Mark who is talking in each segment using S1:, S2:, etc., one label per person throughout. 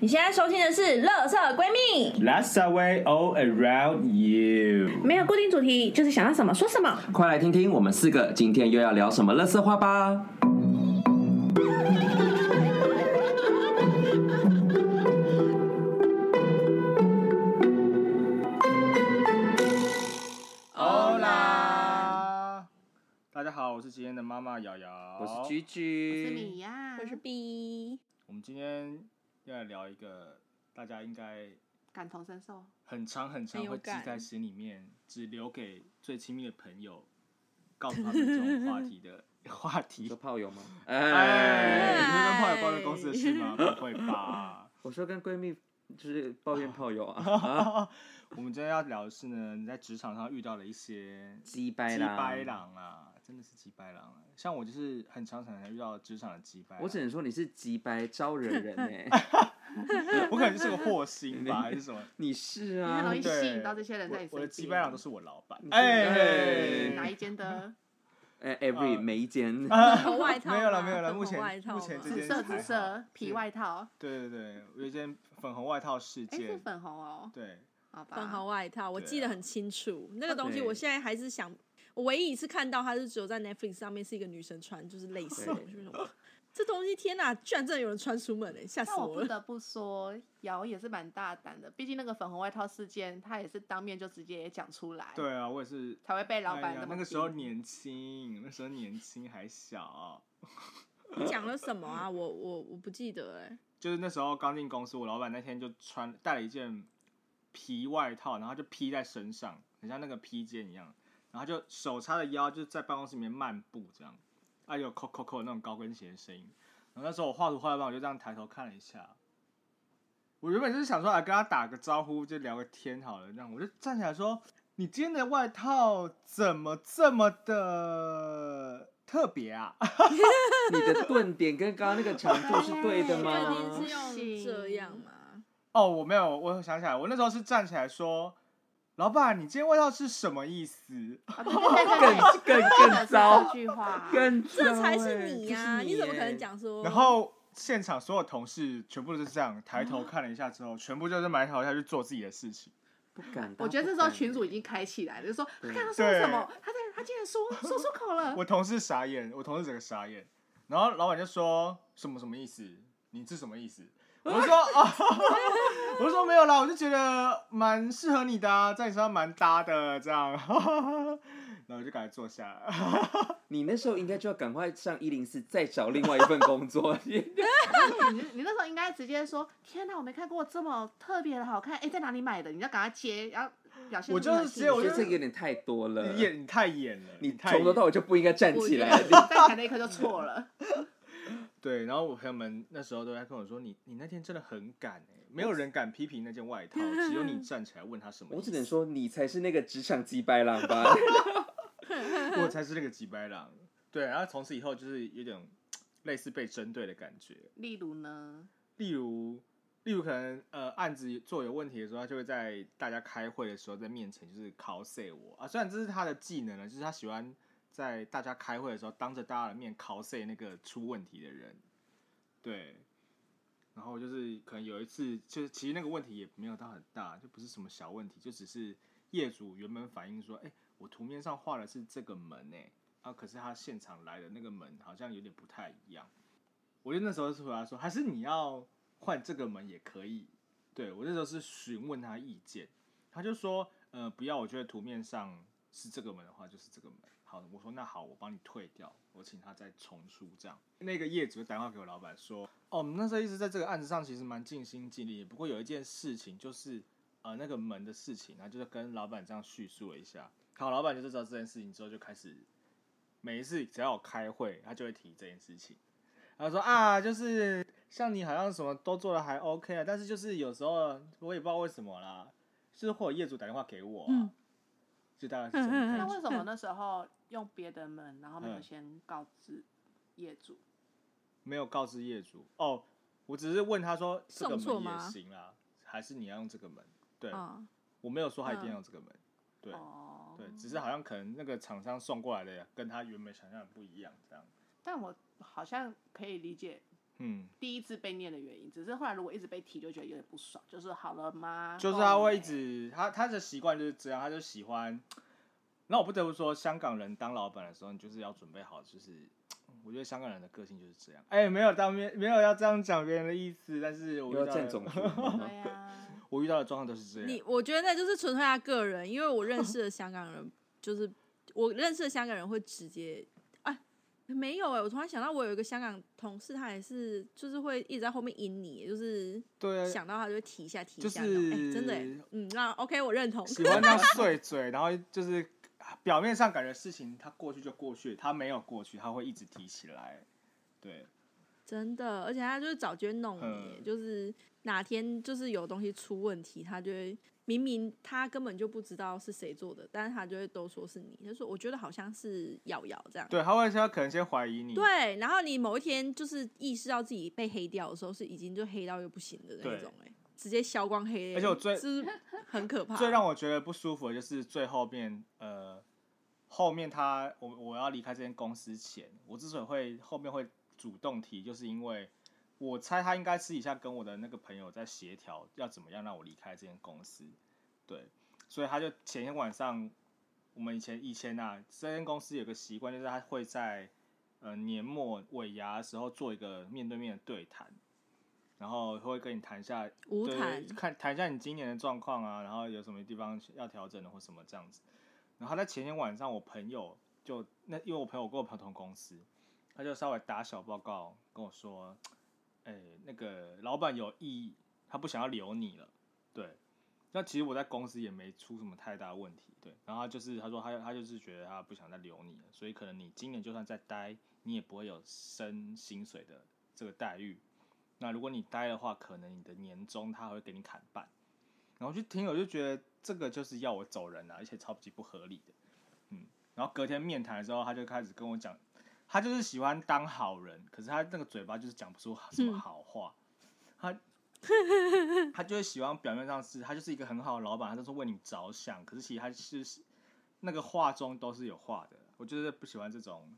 S1: 你现在收听的是《乐色闺蜜》，
S2: That's the way all around you。
S1: 没有固定主题，就是想要什么说什 么。
S3: 快来听听我们四个今天又要聊什么乐色话吧！
S2: 欧啦！大家好，我是今天的妈妈瑶瑶，
S3: 我是。居
S4: 是
S3: 居，
S4: 你呀，
S1: B，
S2: 我们今天要来聊一个大家应该
S4: 感同身受，
S2: 很长很长
S1: 很有
S2: 会记
S1: 感
S2: 在心里面，只留给最亲密的朋友，告诉他们这 种话题的话
S3: 你
S2: 题
S3: 说。炮友吗？
S2: 哎，
S3: 哎，
S2: 你会跟炮友抱怨公司的事吗？
S4: 哎
S2: 不会吧？
S3: 我说跟闺蜜就是抱怨炮友啊，
S2: 我们今天要聊的是呢，你在职场上遇到了一些
S3: 鸡掰
S2: 鸡掰
S3: 啦！
S2: 狼啊，真的是鸡掰狼、啊。像我就是很常常遇到职场的鸡掰、
S3: 我只能说你是鸡掰招惹人哎、
S2: 我可能就是个祸星 吧，还是什么？
S3: 你是
S4: 你很
S3: 啊
S4: 容易，
S2: 对
S4: 吸引到这些人在你
S2: 我我的
S4: 身
S2: 鸡
S4: 边。
S2: 掰狼都是我老板
S3: 你，是
S2: 哎，
S4: 哪一间的？
S3: 哎、e v e r y
S2: 啊
S3: 每一间，
S1: 有外套吗
S2: 没有了没有了
S1: 粉红
S2: 目前
S1: 外套吗啊
S2: 目前这
S4: 紫
S2: 件
S4: 色，
S2: 还好
S4: 紫色皮外套，
S2: 对对对，有一件粉红外套事
S4: 哎，是
S2: 件，
S4: 粉红哦，
S2: 对，
S4: 好吧，
S1: 粉红外套，我
S2: 对啊
S1: 记得很清楚。那个东西，
S3: 对
S1: 我现在还是想，我唯一一次看到它是只有在 Netflix 上面是一个女生穿，就是类 似的，
S3: 对
S1: 我就想哇这东西天哪，居然真的有人穿出门哎，吓死
S4: 但我
S1: 我
S4: 不
S1: 了！
S4: 得不说，瑶也是蛮大胆的，毕竟那个粉红外套事件，她也是当面就直接讲出来，
S2: 对啊，我也是。
S4: 才会被老
S2: 哎
S4: 板
S2: 呀
S4: 那么
S2: 那个时候
S4: 盯
S2: 年轻，那时候年轻还小，
S1: 你讲了什么 啊？我我我不记得哎，
S2: 就是那时候刚进公司，我老板那天就穿带了一件皮外套，然后就披在身上，很像那个披肩一样，然后就手叉着腰，就是在办公室里面漫步这样，啊有扣扣扣那种高跟鞋的声音。然后那时候我画图画到一半，我就这样抬头看了一下。我原本就是想说来跟他打个招呼，就聊个天好了，这样我就站起来说：“你今天的外套怎么这么的特别啊？”
S3: 你的顿点跟刚刚那个长度是对的
S1: 就
S4: 对
S1: 一
S3: 吗
S1: 定？
S4: 对
S1: 是用这样嘛？
S2: 哦，我没有，我想起来，我那时候是站起来说：“老板，你今天外套是什么意思
S4: 啊对对对
S3: 更
S4: 对对
S3: 更
S4: 真的
S3: 更
S4: 是
S3: 糟
S4: 这，句话，
S3: 更糟、
S1: 这才
S3: 哎
S1: 是你呀、
S3: 这是
S1: 你怎么可
S3: 哎
S1: 能讲？说？”
S2: 然后现场所有同事全部都是这样抬头
S3: 啊
S2: 看了一下之后，全部就是埋头下去做自己的事情。
S3: 不敢，
S4: 我觉得这时候群主已经开起来了，就说他
S3: 对
S4: 刚刚说什么，他在他竟然说说出口
S3: 啊
S4: 了，
S2: 我同事傻眼，我同事整个傻眼，然后老板就说：“什么什么意思？你是什么意思？”我就说：“ 哦， 我就说没有啦，我就觉得蛮适合你的、啊，在你身上蛮搭的，这样。” 然后我就赶快坐下来。
S3: 你那时候应该就要赶快上一零四，再找另外一份工作。
S4: 你你那时候应该直接说：“天哪，我没看过这么特别的好看，哎、在哪里买的？”你要赶快接，然后表现出
S2: 我就是
S4: 你很
S2: 直接
S3: 我
S2: 我
S3: 觉
S2: 就
S3: 得这
S4: 兴奋
S3: 个有点太多了
S2: 你，演你太演了，
S3: 你
S2: 太
S3: 从头
S2: 演
S3: 到尾就不应该站起来。
S4: 我在台那一刻就错了，
S2: 对，然后我朋友们那时候都在跟我说：“你你那天真的很敢哎、没有人敢批评那件外套，只有你站起来问他什么。”
S3: 我只能，说，你才是那个职场鸡掰狼 吧？
S2: 我才是那个几白狼。对，然后从此以后就是有点类似被针对的感觉。
S4: 例如呢，
S2: 例如，例如可能呃案子做有问题的时候，他就会在大家开会的时候在面前就是 cos 我啊。虽然这是他的技能呢，就是他喜欢在大家开会的时候当着大家的面 cos 那个出问题的人。对，然后就是可能有一次，就是其实那个问题也没有到很大，就不是什么小问题，就只是业主原本反映说，哎、我图面上画的是这个门哎、啊，可是他现场来的那个门好像有点不太一样。我就那时候是回答说，还是你要换这个门也可以。对我那时候是询问他意见，他就说，呃，不要，我觉得图面上是这个门的话，就是这个门。好，我说那好，我帮你退掉，我请他再重出这样。那个业主就打电话给我老板说，哦，我们那时候一直在这个案子上其实蛮尽心尽力，不过有一件事情就是，呃，那个门的事情，然后就是跟老板这样叙述了一下。好，老板就知道这件事情之后，就开始每一次只要我开会，他就会提这件事情。他说啊，就是像你好像什么都做的还 OK 啊，但是就是有时候我也不知道为什么啦，就是会有业主打电话给我、啊，
S1: 嗯
S2: 就大概是这样
S1: 嗯嗯
S4: 那
S1: 嗯
S4: 为什么那时候用别的门，然后没有
S2: 嗯
S4: 先告知业主？
S2: 没有告知业主哦，我只是问他说这个
S1: 送错
S2: 门
S1: 吗
S2: 也行啦，还是你要用这个门？对、
S1: 啊、
S2: 我没有说他
S1: 嗯
S2: 一定要用这个门，对、
S4: 哦，
S2: 对，只是好像可能那个厂商送过来的跟他原本想象的不一样，这样
S4: 但我好像可以理解
S2: 嗯，
S4: 第一次被念的原因，只是后来如果一直被提，就觉得有点不爽，就是好了
S1: 哦
S4: 吗？
S2: 就是
S4: 够了
S2: 他会
S4: 没
S2: 一直他他的习惯就是这样，他就喜欢。那我不得不说，香港人当老板的时候，你就是要准备好，就是我觉得香港人的个性就是这样。哎、没有当面没有要这样讲别人的意思，但是我遇
S3: 又要
S2: 到
S3: 占
S2: 的
S3: 种族吗？
S4: 哦对啊呀，
S2: 我遇到的状况都是这样。
S1: 你我觉得那就是纯粹他个人，因为我认识的香港人，就是我认识的香港人会直接哎，没有哎、我突然想到，我有一个香港同事，他也是就是会一直在后面引你，就是
S2: 对啊，
S1: 想到他就会提一下提一
S2: 就
S1: 下那种，哎、
S2: 是
S1: 真的、欸，嗯，那 OK，我认同。
S2: 喜欢这样碎嘴，然后就是表面上感觉事情他过去就过去，他没有过去，他会一直提起来。对，
S1: 真的，而且他就是早就会弄你，欸
S2: 嗯
S1: 就是哪天就是有东西出问题，他就会明明他根本就不知道是谁做的，但是他就会都说是你，他说我觉得好像是瑶瑶这样。
S2: 对，他会他可能先怀疑你，啊
S1: 对，然后你某一天就是意识到自己被黑掉的时候，是已经就黑到又不行的那
S2: 对
S1: 种、欸，直接消光黑、欸，
S2: 而且我最
S1: 是 很可怕。
S2: 最让我觉得不舒服的就是最后面，呃，后面他我我要离开这间公司前，我之所以会后面会主动提，就是因为我猜他应该私底下跟我的那个朋友在协调要怎么样让我离开这间公司，对，所以他就前天晚上，我们以前以前啊，这间公司有个习惯就是他会在呃年末尾牙的时候做一个面对面的对谈。然后会跟你谈一下
S1: 无
S2: 对
S1: 谈
S2: 看谈一下你今年的状况啊，然后有什么地方要调整的或什么这样子。然后在前天晚上，我朋友就那因为我朋友我跟我朋友同公司，他就稍微打小报告跟我说，哎、那个老板有意，他不想要留你了，对。那其实我在公司也没出什么太大问题，对。然后他就是他说他他就是觉得他不想再留你了，所以可能你今年就算再待，你也不会有升薪水的这个待遇。那如果你待的话，可能你的年终他会给你砍半。然后去听，我就觉得这个就是要我走人啊，而且超级不合理的。嗯，然后隔天面谈的时候，他就开始跟我讲，他就是喜欢当好人，可是他那个嘴巴就是讲不出什么好话。他他就是喜欢表面上是他就是一个很好的老板，他都是为你着想，可是其实他是那个话中都是有话的。我就是不喜欢这种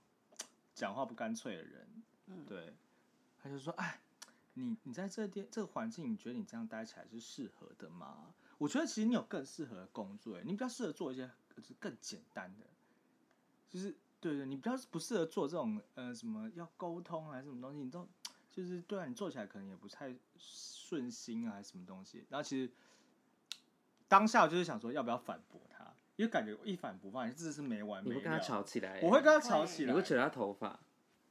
S2: 讲话不干脆的人。
S4: 嗯
S2: 对，他就说，哎。你你在这边这个环境，你觉得你这样待起来是适合的吗？我觉得其实你有更适合的工作欸，你比较适合做一些就是更简单的，就是对对，你比较不适合做这种呃什么要沟通啊还是什么东西，你都就是对啊，你做起来可能也不太顺心啊，还是什么东西。然后其实当下我就是想说要不要反驳他，因为感觉我一反驳，发现这是没完
S3: 你
S2: 没
S3: 会
S2: 了。
S3: 跟他吵起来欸？
S2: 我会跟他吵起来，
S3: 你会扯他头 发？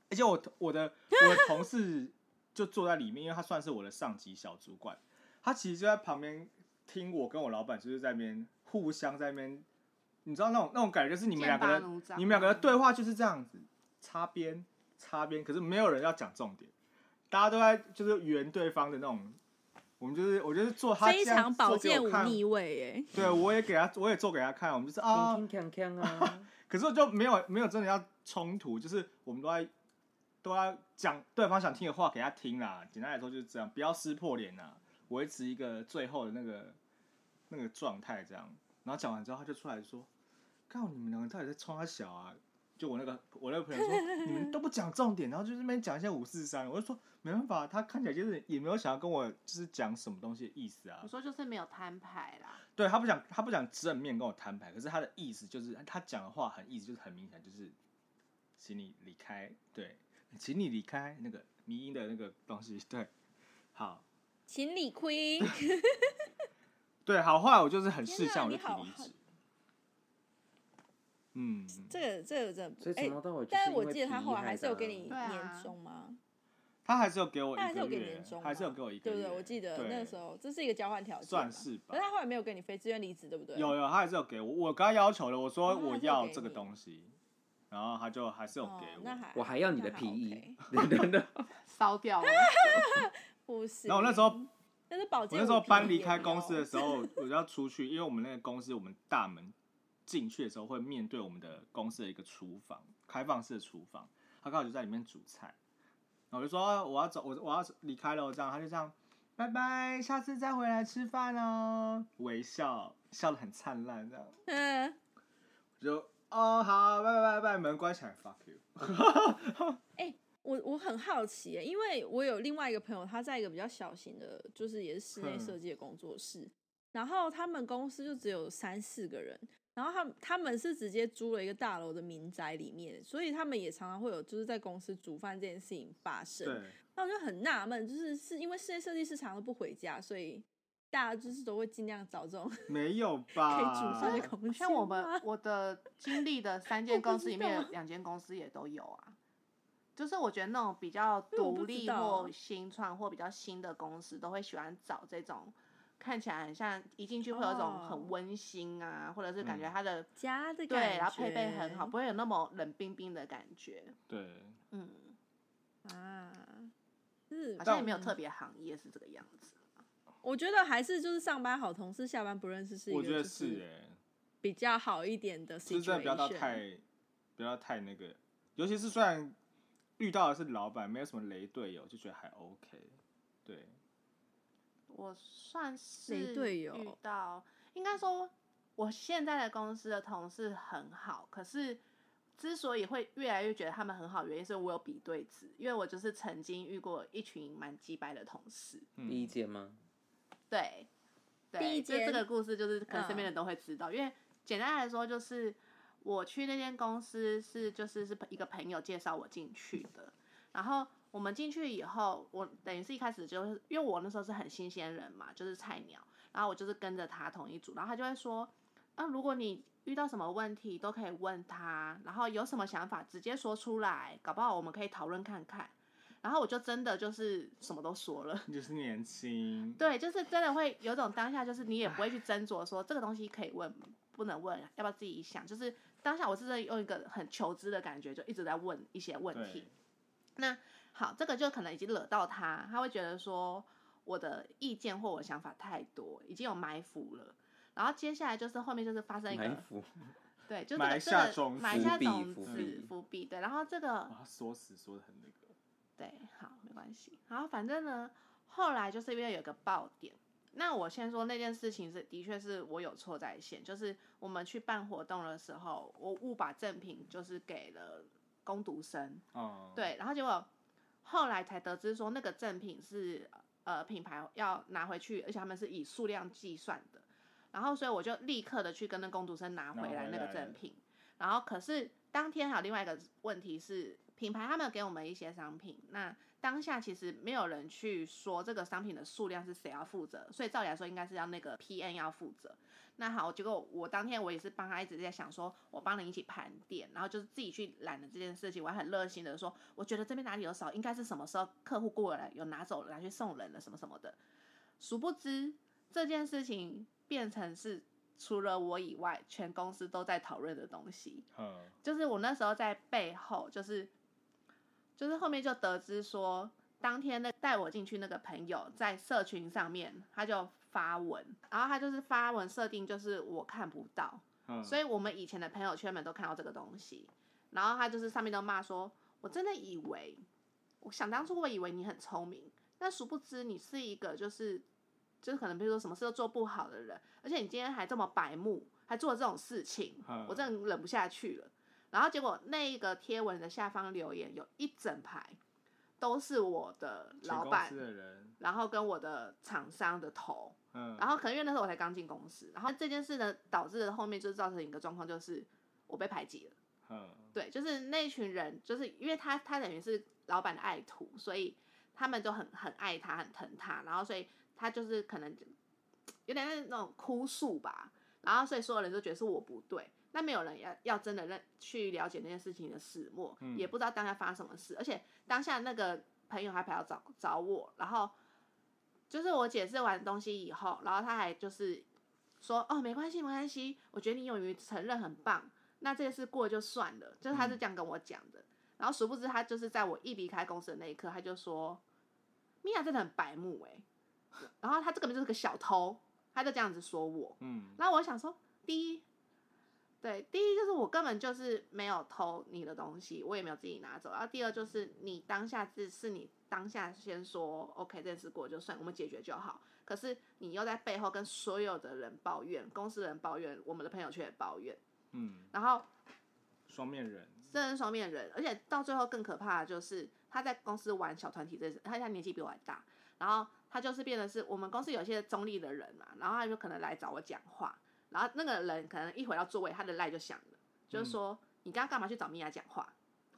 S2: 而且我我的我的同事就坐在里面，因为他算是我的上级小主管，他其实就在旁边听我跟我老板就是在那边互相在那边，你知道那种那种感觉就是你们两个
S4: 剑拔弩
S2: 人
S4: 张啊
S2: 你们两个人对话就是这样子擦边擦边，可是没有人要讲重点，大家都在就是圆对方的那种，我们就是我就是做他
S1: 非
S2: 这样
S1: 常保
S2: 做给
S1: 健
S2: 我
S1: 无
S2: 看
S1: 逆位、欸，
S2: 对我也给他我也做给他看，我们就是啊
S3: 铿铿锵锵啊！
S2: 可是我就没有没有真的要冲突，就是我们都在都要讲对方想听的话给他听啦。简单来说就是这样，不要撕破脸啦，维持一个最后的那个那个状态这样。然后讲完之后，他就出来说：“告你们两个到底在冲他小啊？”就我那个我那个朋友说：“你们都不讲重点，然后就这边讲一些五四三。”我就说：“没办法，他看起来就是也没有想要跟我就是讲什么东西的意思啊。”
S4: 我说就是没有摊牌啦，
S2: 对他不想，他不想正面跟我摊牌，可是他的意思就是，他讲的话很意思就是很明显，就是请你离开，对，请你离开那个迷音的那个东西，对，好，
S1: 请理亏。
S2: 对，好，后来我就是很
S1: 天
S2: 识
S1: 哪
S2: 相，我就
S1: 你
S2: 提
S1: 好
S2: 离
S1: 狠
S2: 职。嗯，
S1: 这个这个真的
S3: 所以
S1: 不，哎、
S3: 从头到尾就是
S1: 但
S3: 因为皮害的啊，
S1: 我记得他后来还是有给你
S4: 对啊
S1: 年终吗？
S2: 他还是有给我
S1: 他还
S2: 一
S1: 是有
S2: 个
S1: 给你
S2: 月
S1: 年终，
S2: 还是有
S1: 嘛
S2: 给我一个
S1: 对
S2: 月，
S1: 不对？我记得那个时候这是一个交换条件嘛，
S2: 算是吧
S1: 可是，他后来没有跟你非自愿离职，对不对？
S2: 有有，他还是有给我，我刚要求了，我说
S1: 哦他
S2: 我
S1: 还是有
S2: 要
S1: 给
S2: 这个
S1: 你
S2: 东西，然后他就还是有
S1: 哦
S2: 给我，
S1: 那还
S3: 我还要你的 E
S1: 那还，
S3: PE 等等 等，
S4: 烧掉 了。
S1: 不是。
S2: 然后我那时候
S1: 但是保健，
S2: 我那时候搬离开公司的时候， 我就要出去，因为我们那个公司，我们大门进去的时候会面对我们的公司的一个厨房，开放式的厨房，他刚好就在里面煮菜，然后我就说、啊我要走，我我要离开了，这样他就这样，拜拜，下次再回来吃饭哦，微笑，笑得很灿烂，这样
S1: 嗯，
S2: 啊我就哦好，拜拜拜拜，门关起来，fuck you，
S1: 我我很好奇耶，因为我有另外一个朋友，他在一个比较小型的，就是也是室内
S2: 嗯
S1: 设计的工作室，然后他们公司就只有三四个人，然后他们他们是直接租了一个大楼的民宅里面，所以他们也常常会有就是在公司煮饭这件事情发生。
S2: 对，
S1: 那我就很纳闷，就是是因为室内设计师常常不回家，所以大家就是都会尽量找这种
S2: 没有
S1: 可以
S2: 吧
S1: 煮？饭的空间吗。
S4: 啊像我们我的经历的三间公司里
S1: 我不
S4: 面
S1: 知，道
S4: 两间公司也都有啊。就是我觉得那种比较
S1: 因为我不
S4: 独立
S1: 知道啊
S4: 或新创或比较新的公司，都会喜欢找这种看起来很像一进去会有一种
S1: 哦
S4: 很温馨啊，或者是感觉
S2: 嗯
S4: 它的
S1: 家的
S4: 对，
S1: 感觉，
S4: 然后配备很好，不会有那么冷冰冰的感觉。
S2: 对，
S4: 嗯，
S1: 啊。 是
S4: 好像也
S1: 嗯
S4: 没有特别行业是这个样子。
S1: 我觉得还是就是上班好同事，下班不认识是一个
S2: 我觉得
S1: 就是是
S2: 哎，
S1: 比较好一点的 situation。
S2: 就是真的不要到太不要太那个，尤其是虽然遇到的是老板，没有什么雷队友，就觉得还 OK。对，
S4: 我算是
S1: 雷队友
S4: 遇到，应该说我现在的公司的同事很好，可是之所以会越来越觉得他们很好，原因是我有比对值，因为我就是曾经遇过一群蛮鸡掰的同事。
S2: 嗯
S3: 第一间吗？
S4: 对，
S1: 第
S4: 对，
S1: 一
S4: 就这
S1: 间
S4: 个故事就是可能身
S1: 嗯
S4: 边人都会知道，因为简单来说就是我去那间公司是就是是一个朋友介绍我进去的，然后我们进去以后，我等于是一开始就是因为我那时候是很新鲜人嘛，就是菜鸟，然后我就是跟着他同一组，然后他就会说，啊，如果你遇到什么问题都可以问他，然后有什么想法直接说出来，搞不好我们可以讨论看看。然后我就真的就是什么都说了，
S2: 就是年轻，
S4: 对，就是真的会有种当下，就是你也不会去斟酌说这个东西可以问不能问，要不要自己想。就是当下我是真的用一个很求知的感觉，就一直在问一些问
S2: 对
S4: 题。那好，这个就可能已经惹到他，他会觉得说我的意见或我想法太多，已经有埋伏了。然后接下来就是后面就是发生一
S3: 埋
S4: 个
S3: 伏，
S4: 对，就这
S2: 埋
S4: 个这
S2: 下
S4: 个
S2: 种
S4: 埋
S3: 伏
S4: 下
S3: 笔
S4: 种
S3: 伏
S4: 子
S3: 笔
S4: 伏笔，对，然后这个
S2: 哇，说死说的很那个，
S4: 对，好，没关系。然后反正呢，后来就是因为有个爆点。那我先说那件事情是，的确是我有错在先，就是我们去办活动的时候，我误把赠品就是给了攻读生，
S2: 嗯，，
S4: 对，然后结果后来才得知说那个赠品是呃品牌要拿回去，而且他们是以数量计算的，然后所以我就立刻的去跟那工读生拿
S2: 拿
S4: 回来
S2: 回
S4: 那个
S2: 来
S4: 赠品，然后可是当天还有另外一个问题是，品牌他们有给我们一些商品，那当下其实没有人去说这个商品的数量是谁要负责，所以照理来说应该是要那个 PN 要负责。那好，结果我当天我也是帮他一直在想说，我帮你一起盘点，然后就是自己去揽的这件事情，我还很热心的说，我觉得这边哪里有少，应该是什么时候客户过来有拿走了拿去送人了什么什么的。殊不知这件事情变成是除了我以外，全公司都在讨论的东西。
S2: 嗯，
S4: 就是我那时候在背后，就是就是后面就得知说，当天那带我进去那个朋友在社群上面，他就发文，然后他就是发文设定就是我看不到，
S2: 嗯
S4: 所以我们以前的朋友圈们都看到这个东西，然后他就是上面都骂说，我真的以为，我想当初我以为你很聪明，但殊不知你是一个就是就是可能比如说什么事都做不好的人，而且你今天还这么白目，还做了这种事情
S2: 嗯，
S4: 我真的忍不下去了。然后结果那一个贴文的下方留言有一整排都是我的
S2: 全
S4: 老
S2: 公
S4: 板
S2: 司，的人，
S4: 然后跟我的厂商的头，
S2: 嗯，
S4: 然后可能因为那时候我才刚进公司，然后这件事呢，导致后面就造成一个状况，就是我被排挤了。
S2: 嗯，
S4: 对，就是那群人，就是因为他他等于是老板的爱徒，所以他们就很很爱他，很疼他，然后所以他就是可能有点像那种哭诉吧，然后所以所有人都觉得是我不对，那没有人要要真的认去了解那件事情的始末，
S2: 嗯
S4: 也不知道当下发生什么事，而且当下那个朋友还跑来找找我，然后就是我解释完东西以后，然后他还就是说哦没关系没关系，我觉得你勇于承认很棒，那这件事过就算了，就是他是这样跟我讲的。然后殊不知他就是在我一离开公司的那一刻，他就说米娅真的很白目哎、然后他这个人就是个小偷，他就这样子说我，
S2: 嗯，
S4: 然后我想说，第一，对，第一就是我根本就是没有偷你的东西，我也没有自己拿走。然后第二就是你当下是是你当下先说 OK 这件事过就算，我们解决就好。可是你又在背后跟所有的人抱怨，公司的人抱怨，我们的朋友圈也抱怨，
S2: 嗯，
S4: 然后
S2: 双面人，
S4: 真的是双面人，而且到最后更可怕的就是他在公司玩小团体这，他他年纪比我还大，然后他就是变得是我们公司有些中立的人嘛，然后他就可能来找我讲话，然后那个人可能一回到座位，他的赖就响了，
S2: 嗯
S4: 就是说、你刚刚干嘛去找米娅讲话？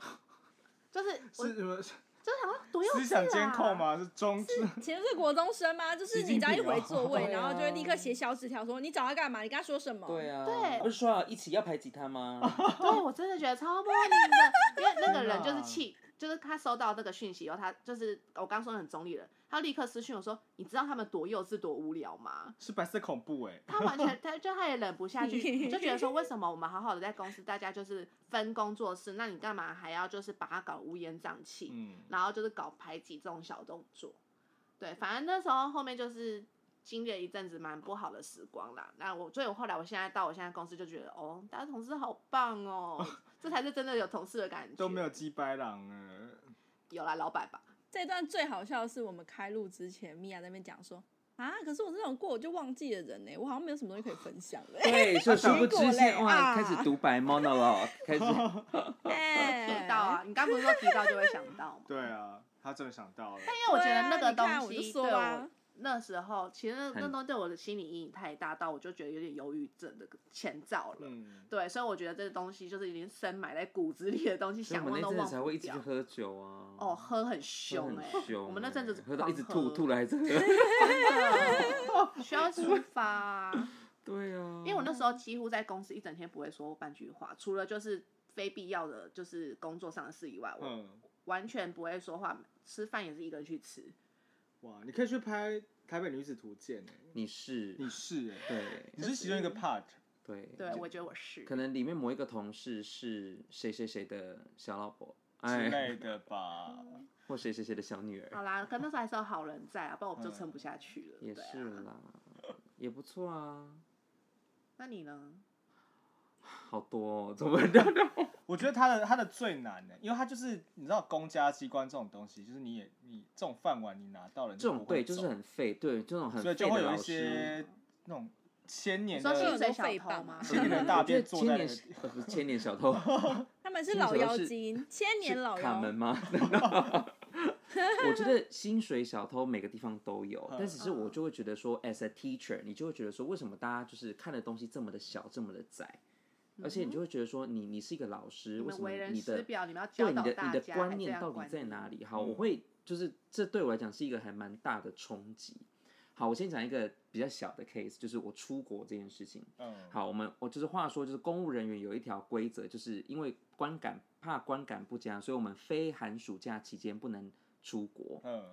S4: 就是我
S2: 是什么
S4: 就是想说多幼稚、啊、
S2: 思想监控？吗？是中智
S1: 前面是国中生吗？就是
S2: 习
S1: 你
S2: 近
S1: 只要一
S2: 平
S1: 回
S2: 哦
S1: 座位，
S3: 对
S1: 然后就会立刻
S3: 啊
S1: 写小纸条说你找他干嘛？你跟他说什么？
S3: 对啊，
S4: 对
S3: 不是说好一起要排挤他 吗？
S4: 对我真的觉得超莫名的，因为那个人就
S3: 天
S4: 是
S3: 哪
S4: 气，就是他收到这个讯息以后，他就是我刚说的很中立的人，他立刻私讯我说：“你知道他们多幼稚、多无聊吗
S2: 是白色恐怖哎、？”
S4: 他完全，他就他也忍不下去，就觉 得说为什么我们好好的在公司，大家就是分工作室，那你干嘛还要就是把他搞得乌烟瘴气，
S2: 嗯，
S4: 然后就是搞排挤这种小动作？对，反正那时候后面就是。经历了一阵子蛮不好的时光啦，那我所以我后来我现在到我现在公司就觉得哦，大家同事好 棒哦，这才是真的有同事的感觉。
S2: 都没有鸡掰狼了。
S4: 有啦，老板吧，
S1: 这段最好笑的是我们开录之前，米娅在那边讲说啊，可是我这种过我就忘记的人呢、我好像没有什么东西可以分享了、
S3: 对，所以殊不知
S1: 水果嘞
S3: 现在哇，
S1: 啊
S3: 开始独白 monologue，开始
S1: 哎、
S4: 提到啊，你刚不是说提到就会想到吗？
S2: 对啊，他真的想到了。
S4: 因为我觉
S1: 对
S4: 得
S1: 啊
S4: 那个
S1: 你看
S4: 东
S1: 我就
S4: 西
S1: 说
S4: 对
S1: 啊
S4: 我那时候，其实那那
S3: 很
S4: 东西对我的心理阴影太大，到我就觉得有点忧郁症的前兆了。
S2: 嗯，
S4: 对，所以我觉得这个东西就是已经深埋在骨子里的东西，
S3: 所以
S4: 想
S3: 我们
S4: 忘
S3: 那阵
S4: 都
S3: 子
S4: 忘
S3: 才会
S4: 不
S3: 一起去
S4: 掉。
S3: 喝酒啊。
S4: 哦，喝很
S3: 喝
S4: 凶
S3: 很
S4: 哎、
S3: 凶欸，
S4: 我们那阵子
S3: 喝到一直
S4: 狂
S3: 吐，
S4: 喝
S3: 吐了还 是喝。
S4: 真的需要抒发啊、
S3: 对啊，
S4: 因为我那时候几乎在公司一整天不会说半句话，除了就是非必要的就是工作上的事以外，我
S2: 嗯，
S4: 完全不会说话，吃饭也是一个人去吃。
S2: 哇，你可以去拍《台北女子图鉴》哎，
S3: 你是
S2: 你是哎、
S3: 欸对
S2: 你是其中一个 part。
S3: 对
S4: 对，我觉得我是
S3: 可。能里面某一个同事是谁谁谁的小老婆，
S2: 之
S3: 哎，
S2: 类的吧，
S3: 或谁谁谁的小女儿，
S4: 好啦，可那时候还是有好人在啊，不然我就撑不下去了。
S3: 嗯也
S4: 啊对啊
S3: 是啦，也不错啊，
S4: 那你呢？
S3: 好多哦，怎么聊聊？
S2: 我觉得他的他的最难的、因为他就是你知道公家机关这种东西，就是你也你这种饭碗你拿到了，你
S3: 这种
S2: 不会
S3: 对就是
S2: 走
S3: 很废，对，这种很
S2: 所以
S3: 废
S2: 就会
S3: 的
S2: 有
S3: 老
S2: 一
S3: 师。
S2: 些那种千
S4: 你
S2: 年
S4: 说薪
S2: 的
S4: 水小偷 吗？嗯
S2: 千年的大
S3: 我觉
S2: 便
S3: 得
S2: 坐
S3: 千
S2: 在那
S3: 年
S2: 个
S3: 呃不是千年小偷，
S1: 他们是
S3: 新手
S1: 老妖
S3: 是
S1: 精，千年老
S3: 卡门
S1: 妖。
S3: 吗？ 我觉得薪水小偷每个地方都有，但只是
S4: 嗯
S3: 我就会觉得说，as a teacher，你就会觉得说，为什么大家就是看的东西这么的小，这么的窄，而且你就会觉得说，你你是一个老师，
S4: 嗯你
S3: 为
S4: 们
S3: 什么
S4: 为人
S3: 你
S4: 师
S3: 的
S4: 表，你们要教
S3: 对你
S4: 导
S3: 的
S4: 大
S3: 你的
S4: 家
S3: 观
S4: 还这
S3: 念
S4: 样
S3: 到底
S4: 管
S3: 在
S4: 理
S3: 哪？里？好，我会就是这对我来讲是一个还蛮大的冲击。好，我先讲一个比较小的 case，就是我出国这件事情。
S2: 嗯，
S3: 好，我们我就是话说，就是公务人员有一条规则，就是因为观感怕观感不佳，所以我们非寒暑假期间不能出国。
S2: 嗯，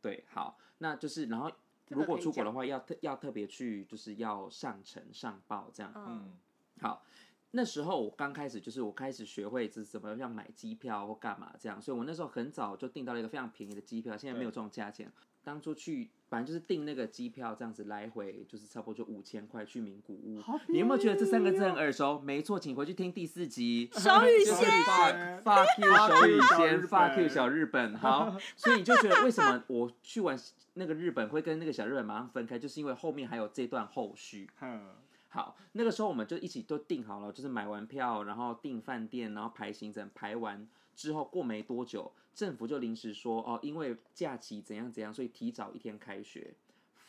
S3: 对，好，那就是然后
S4: 这个
S3: 如果
S4: 可以
S3: 出国
S4: 讲
S3: 的话，要特要特别去，就是要上呈上报这样。
S4: 嗯
S2: 嗯，
S3: 好，那时候我刚开始就是我开始学会就是怎么样买机票或干嘛这样，所以我那时候很早就订到了一个非常便宜的机票，现在没有这种价钱。当初去反正就是订那个机票，这样子来回就是差不多就五千块去名古屋。你有没有觉得这三个字很
S2: 啊
S3: 耳熟？没错，请回去听第四集。
S1: 手语
S2: 手
S1: 先
S2: 语先
S3: fuck fuck you 手语
S2: Fuck you，
S3: 先
S2: 小日本
S3: fuck you 小日本，好，所以你就觉得为什么我去完那个日本会跟那个小日本马上分开，就是因为后面还有这段后续。
S2: 哼，
S3: 好，那个时候我们就一起都订好了，就是买完票，然后订饭店，然后排行程，排完之后过没多久，政府就临时说哦，因为假期怎样怎样，所以提早一天开学。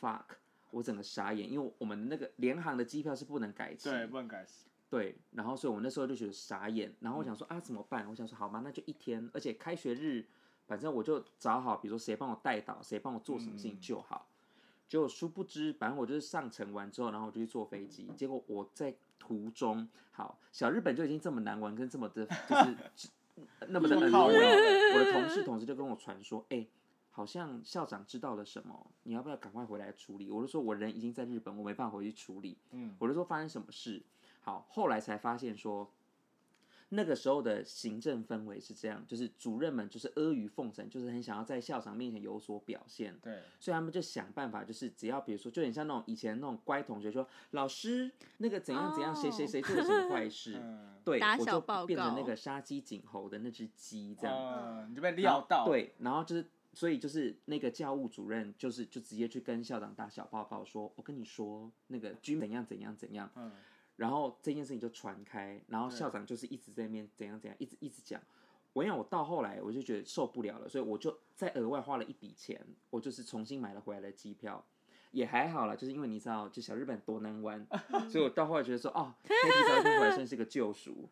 S3: fuck，我整个傻眼，因为我们那个联航的机票是不能改期，
S2: 对，不能改，
S3: 对，然后所以我那时候就觉得傻眼，然后我想说、啊怎么办？我想说好嘛，那就一天，而且开学日，反正我就找好，比如说谁帮我带导，谁帮我做什么事情
S2: 嗯
S3: 就好。结果殊不知，反正我就是上程完之后，然后我就去坐飞机，结果我在途中，好小日本就已经这么难玩，跟这么的，就是那么
S2: 这
S3: 的
S2: 么
S3: 很
S2: 靠
S3: 靠
S2: 谱
S3: 我的同事同事就跟我传说，哎、好像校长知道了什么，你要不要赶快回来处理？我就说我人已经在日本，我没办法回去处理。
S2: 嗯，
S3: 我就说发生什么事。好，后来才发现说，那个时候的行政氛围是这样，就是主任们就是阿谀奉承，就是很想要在校长面前有所表现，
S2: 对，
S3: 所以他们就想办法，就是只要比如说，就很像那种以前那种乖同学说，老师那个怎样怎样，谁谁谁做了什么 坏事，
S2: 哦嗯，
S3: 对
S1: 打
S3: 我
S1: 小
S3: 就
S1: 报
S3: 变成那
S1: 告
S3: 个杀鸡儆猴的那只鸡这样。
S2: 嗯，你就被
S3: 然
S2: 料
S3: 后
S2: 到，，
S3: 对，然后就是，所以就是那个教务主任，就是就直接去跟校长打小报告说，我跟你说，那个军怎样怎样怎样，
S2: 嗯，
S3: 然后这件事情就传开，然后
S2: 对
S3: 校长就是一直在那边怎样怎样，一直一直讲。我因为我到后来我就觉得受不了了，所以我就再额外花了一笔钱，我就是重新买了回来的机票，也还好啦，就是因为你知道，就小日本多难玩，所以我到后来觉得说，哦，可以提早一天回来算是个救赎。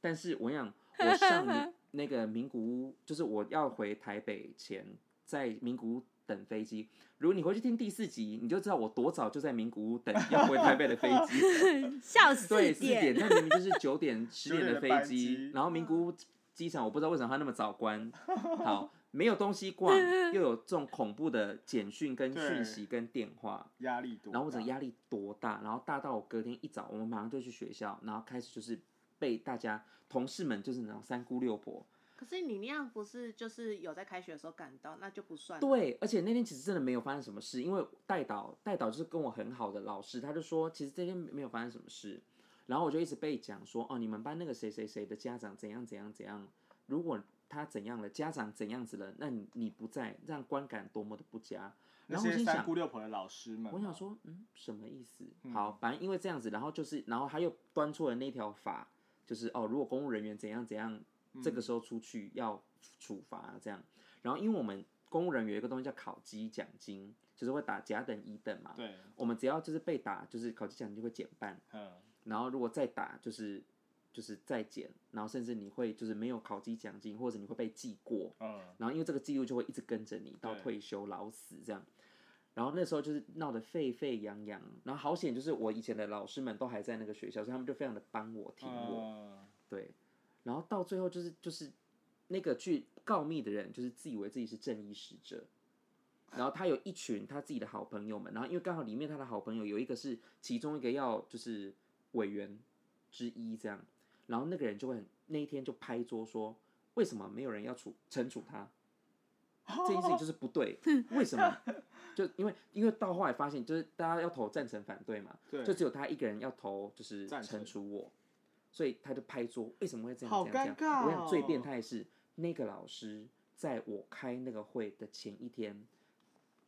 S3: 但是我想，我上你那个名古屋，就是我要回台北前，在名古屋等飞机。如果你回去听第四集，你就知道我多早就在名古屋等要回台北的飞机。
S1: 下午四
S3: 对，四点，
S1: 点，
S3: 那明明就是九点、十点的
S2: 9点的
S3: 飞
S2: 班
S3: 机
S2: 机，
S3: 然后名古屋机场，我不知道为什么它那么 早关。好，没有东西逛，又有这种恐怖的简讯、跟
S2: 对
S3: 讯息、跟电话，
S2: 压力多大，
S3: 然后我整个压力多大，然后大到我隔天一早，我们马上就去学校，然后开始就是被大家同事们就是那种三姑六婆，
S4: 可是你那样不是就是有在开学的时候赶到，那就不算。，
S3: 对，而且那天其实真的没有发生什么事，因为代导代导就是跟我很好的老师，他就说其实这天没有发生什么事，然后我就一直被讲说哦，你们班那个谁谁谁的家长怎样怎样怎样，如果他怎样了，家长怎样子了，那你你不在，让观感多么的不佳。
S2: 那
S3: 然后我
S2: 些
S3: 心
S2: 三
S3: 想
S2: 姑，六婆的老师们，
S3: 我想，说，嗯，什么意思？
S2: 嗯
S3: 好，反正因为这样子，然后就是，然后他又端出了那条法，就是哦，如果公务人员怎样怎样，
S2: 嗯
S3: 这个时候出去要处罚这样。然后因为我们公务人员有一个东西叫考绩奖金，就是会打甲等、乙等嘛。
S2: 对，
S3: 我们只要就是被打，就是考绩奖金就会减半，
S2: 嗯，
S3: 然后如果再打就是就是再减，然后甚至你会就是没有考绩奖金，或者你会被记过。
S2: 嗯，
S3: 然后因为这个记录就会一直跟着你到
S2: 对
S3: 退休老死这样。然后那时候就是闹得沸沸扬扬，然后好险就是我以前的老师们都还在那个学校，所以他们就非常的帮我挺我，
S2: 嗯
S3: 对。然后到最后就是就是那个去告密的人，就是自以为自己是正义使者，然后他有一群他自己的好朋友们，然后因为刚好里面他的好朋友有一个是其中一个要就是委员之一这样，然后那个人就会很那一天就拍桌说，为什么没有人要处惩处他？这件事情就是不对，为什么？ 就因为因为到后来发现，就是大家要投赞成反对嘛，
S2: 对，
S3: 就只有他一个人要投，就是
S2: 赞成
S3: 惩处我，所以他就拍桌，为什么会这样？
S2: 好
S3: 这样这样
S2: 尴尬
S3: 我想最
S2: 哦
S3: 变态的是那个老师，在我开那个会的前一天，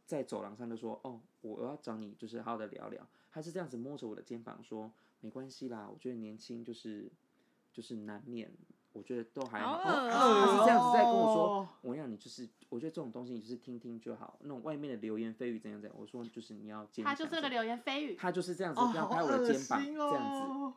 S3: 在走廊上就说：“哦，我要找你，就是好好的聊聊。”他是这样子摸着我的肩膀说：“没关系啦，我觉得年轻就是就是难免，我觉得都还
S1: 好
S3: 好。
S1: 恶
S2: 啊
S3: 哦”
S1: 哦
S3: 他是这样子在跟我说
S2: 哦，
S3: 我让你就是，我觉得这种东西你就是听听就好，那种外面的流言蜚语怎样怎样，我说就是你要坚强。
S4: 他就是个流言蜚语。
S3: 他就是这样子
S2: 哦，，
S3: 这样
S2: 好
S3: 拍我的
S2: 恶
S3: 肩膀，
S2: 心
S3: 这样
S2: 哦，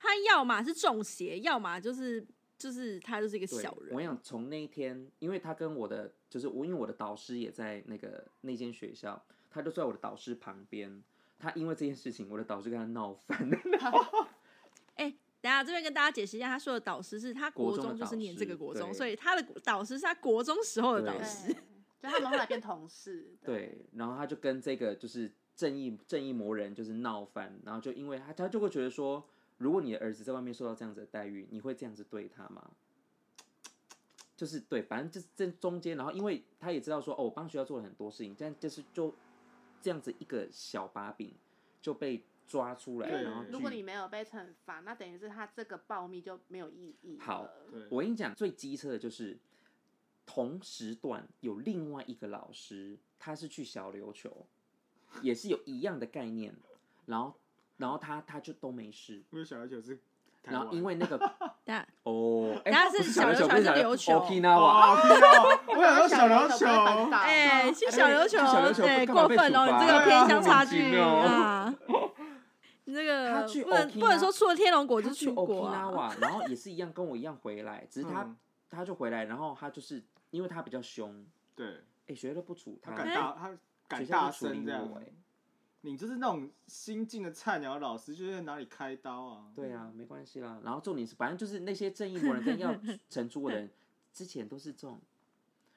S1: 他要么是中邪，要么就是就是他就是一个
S3: 子。对
S1: 小，
S3: 我
S1: 人，
S3: 想从那一天，因为他跟我的就是我，因为我的导师也在那个那间学校，他就坐在我的导师旁边。他因为这件事情，我的导师跟他闹翻。
S1: 等一下这边跟大家解释一下，他说的导师是他国
S3: 国中的
S1: 中就是念这个国
S3: 导
S1: 中，
S3: 师
S1: 所以他的导师是他国中时候的导
S3: 对
S1: 师。
S4: 对，就他们后来变同事。
S3: 对，然后他就跟这个就是正义正义魔人就是闹翻，然后就因为他他就会觉得说，如果你的儿子在外面受到这样子的待遇，你会这样子对他吗？就是对，反正就是这中间，然后因为他也知道说，哦，我帮学校做了很多事情，但就是就这样子一个小把柄就被抓出来，
S2: 对
S3: 然后
S4: 如果
S3: 去
S4: 你没有被惩罚，那等于是他这个暴密就没有意义了。
S3: 好
S2: 对，
S3: 我跟你讲，最机车的就是同时段有另外一个老师，他是去小琉球，也是有一样的概念，然后然后他他就都没事，
S2: 因为小琉球是台湾，
S3: 然后因 为那个
S1: 等一下
S3: 哦，哎、
S1: 等下
S3: 不
S1: 是
S3: 是
S1: 小
S3: 琉
S1: 琉
S3: 球，
S1: 球
S3: 不是
S1: 还是琉球
S3: Okinawa。
S2: 哇，好听哦我想
S4: 然后
S2: 说
S4: 小
S2: 小琉球，
S4: 琉球被扳倒，
S1: 哎、去小琉球，
S3: 去啊小琉球
S1: 哎、
S3: 干嘛
S1: 过
S3: 被
S1: 分
S3: 处
S1: 哦，
S3: 罚
S1: 你这个偏
S2: 对
S1: 乡
S2: 啊
S1: 差
S3: 莫名其
S1: 距
S3: 妙
S1: 啊！你这
S3: 哦他
S1: 个
S3: 去
S1: 不能
S3: Okina-
S1: 不能说除了天龙国
S3: 他
S1: 就
S3: 去
S1: 国啊，
S3: Okinawa，然后也是一样跟我一样回来，只是他、
S2: 嗯
S3: 他就回来，然后他就是因为他比较凶，
S2: 对
S3: 哎、学校都不处
S2: 他
S3: 他，
S2: 敢大他敢
S3: 学校
S2: 大
S3: 不处理
S2: 声这样
S3: 我、哎，
S2: 你就是那种新进的菜鸟老师，就是哪里开刀啊？
S1: 嗯
S3: 对啊，没关系啦。然后重点是，反正就是那些正义魔人 跟要惩处我的人，之前都是这种。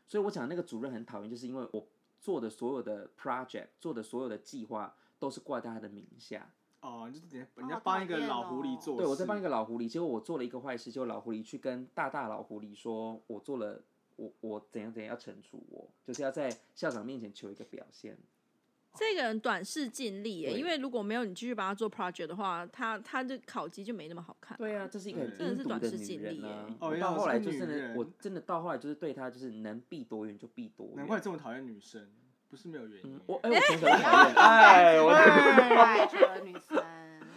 S3: 所以我讲那个主任很讨厌，就是因为我做的所有的 project，做的所有的计划都是挂在他的名下。
S2: 哦，就是人家
S4: 哦
S2: 人家帮一个
S4: 好讨厌
S2: 老狐狸
S4: 哦
S2: 做事，
S3: 对，我在帮一个老狐狸，结果我做了一个坏事，结果老狐狸去跟大大老狐狸说，我做了，我我怎样怎样要惩处我，就是要在校长面前求一个表现。
S1: 这个人短视近利耶、
S3: 对
S1: 因为如果没有你继续帮他做 project 的话，他他的烤鸡就没那么好看。
S3: 对啊，这是一个很
S2: 对
S3: 阴
S1: 嗯真
S3: 毒
S1: 的是短视
S3: 女
S1: 近
S3: 人
S1: 利
S3: 啊
S1: 耶！
S2: 哦
S3: 我
S2: 原来
S3: 到
S2: 是
S3: 后
S2: 个
S3: 来就
S2: 女
S3: 真的，
S2: 人
S3: 我真的到后来就是对他就是能避多远就避多远。
S2: 难怪这么讨厌女生，不是没有原因
S3: 嗯，。我哎、我从小就讨厌，
S4: 哎
S3: 哎，我
S4: 爱球的女 生，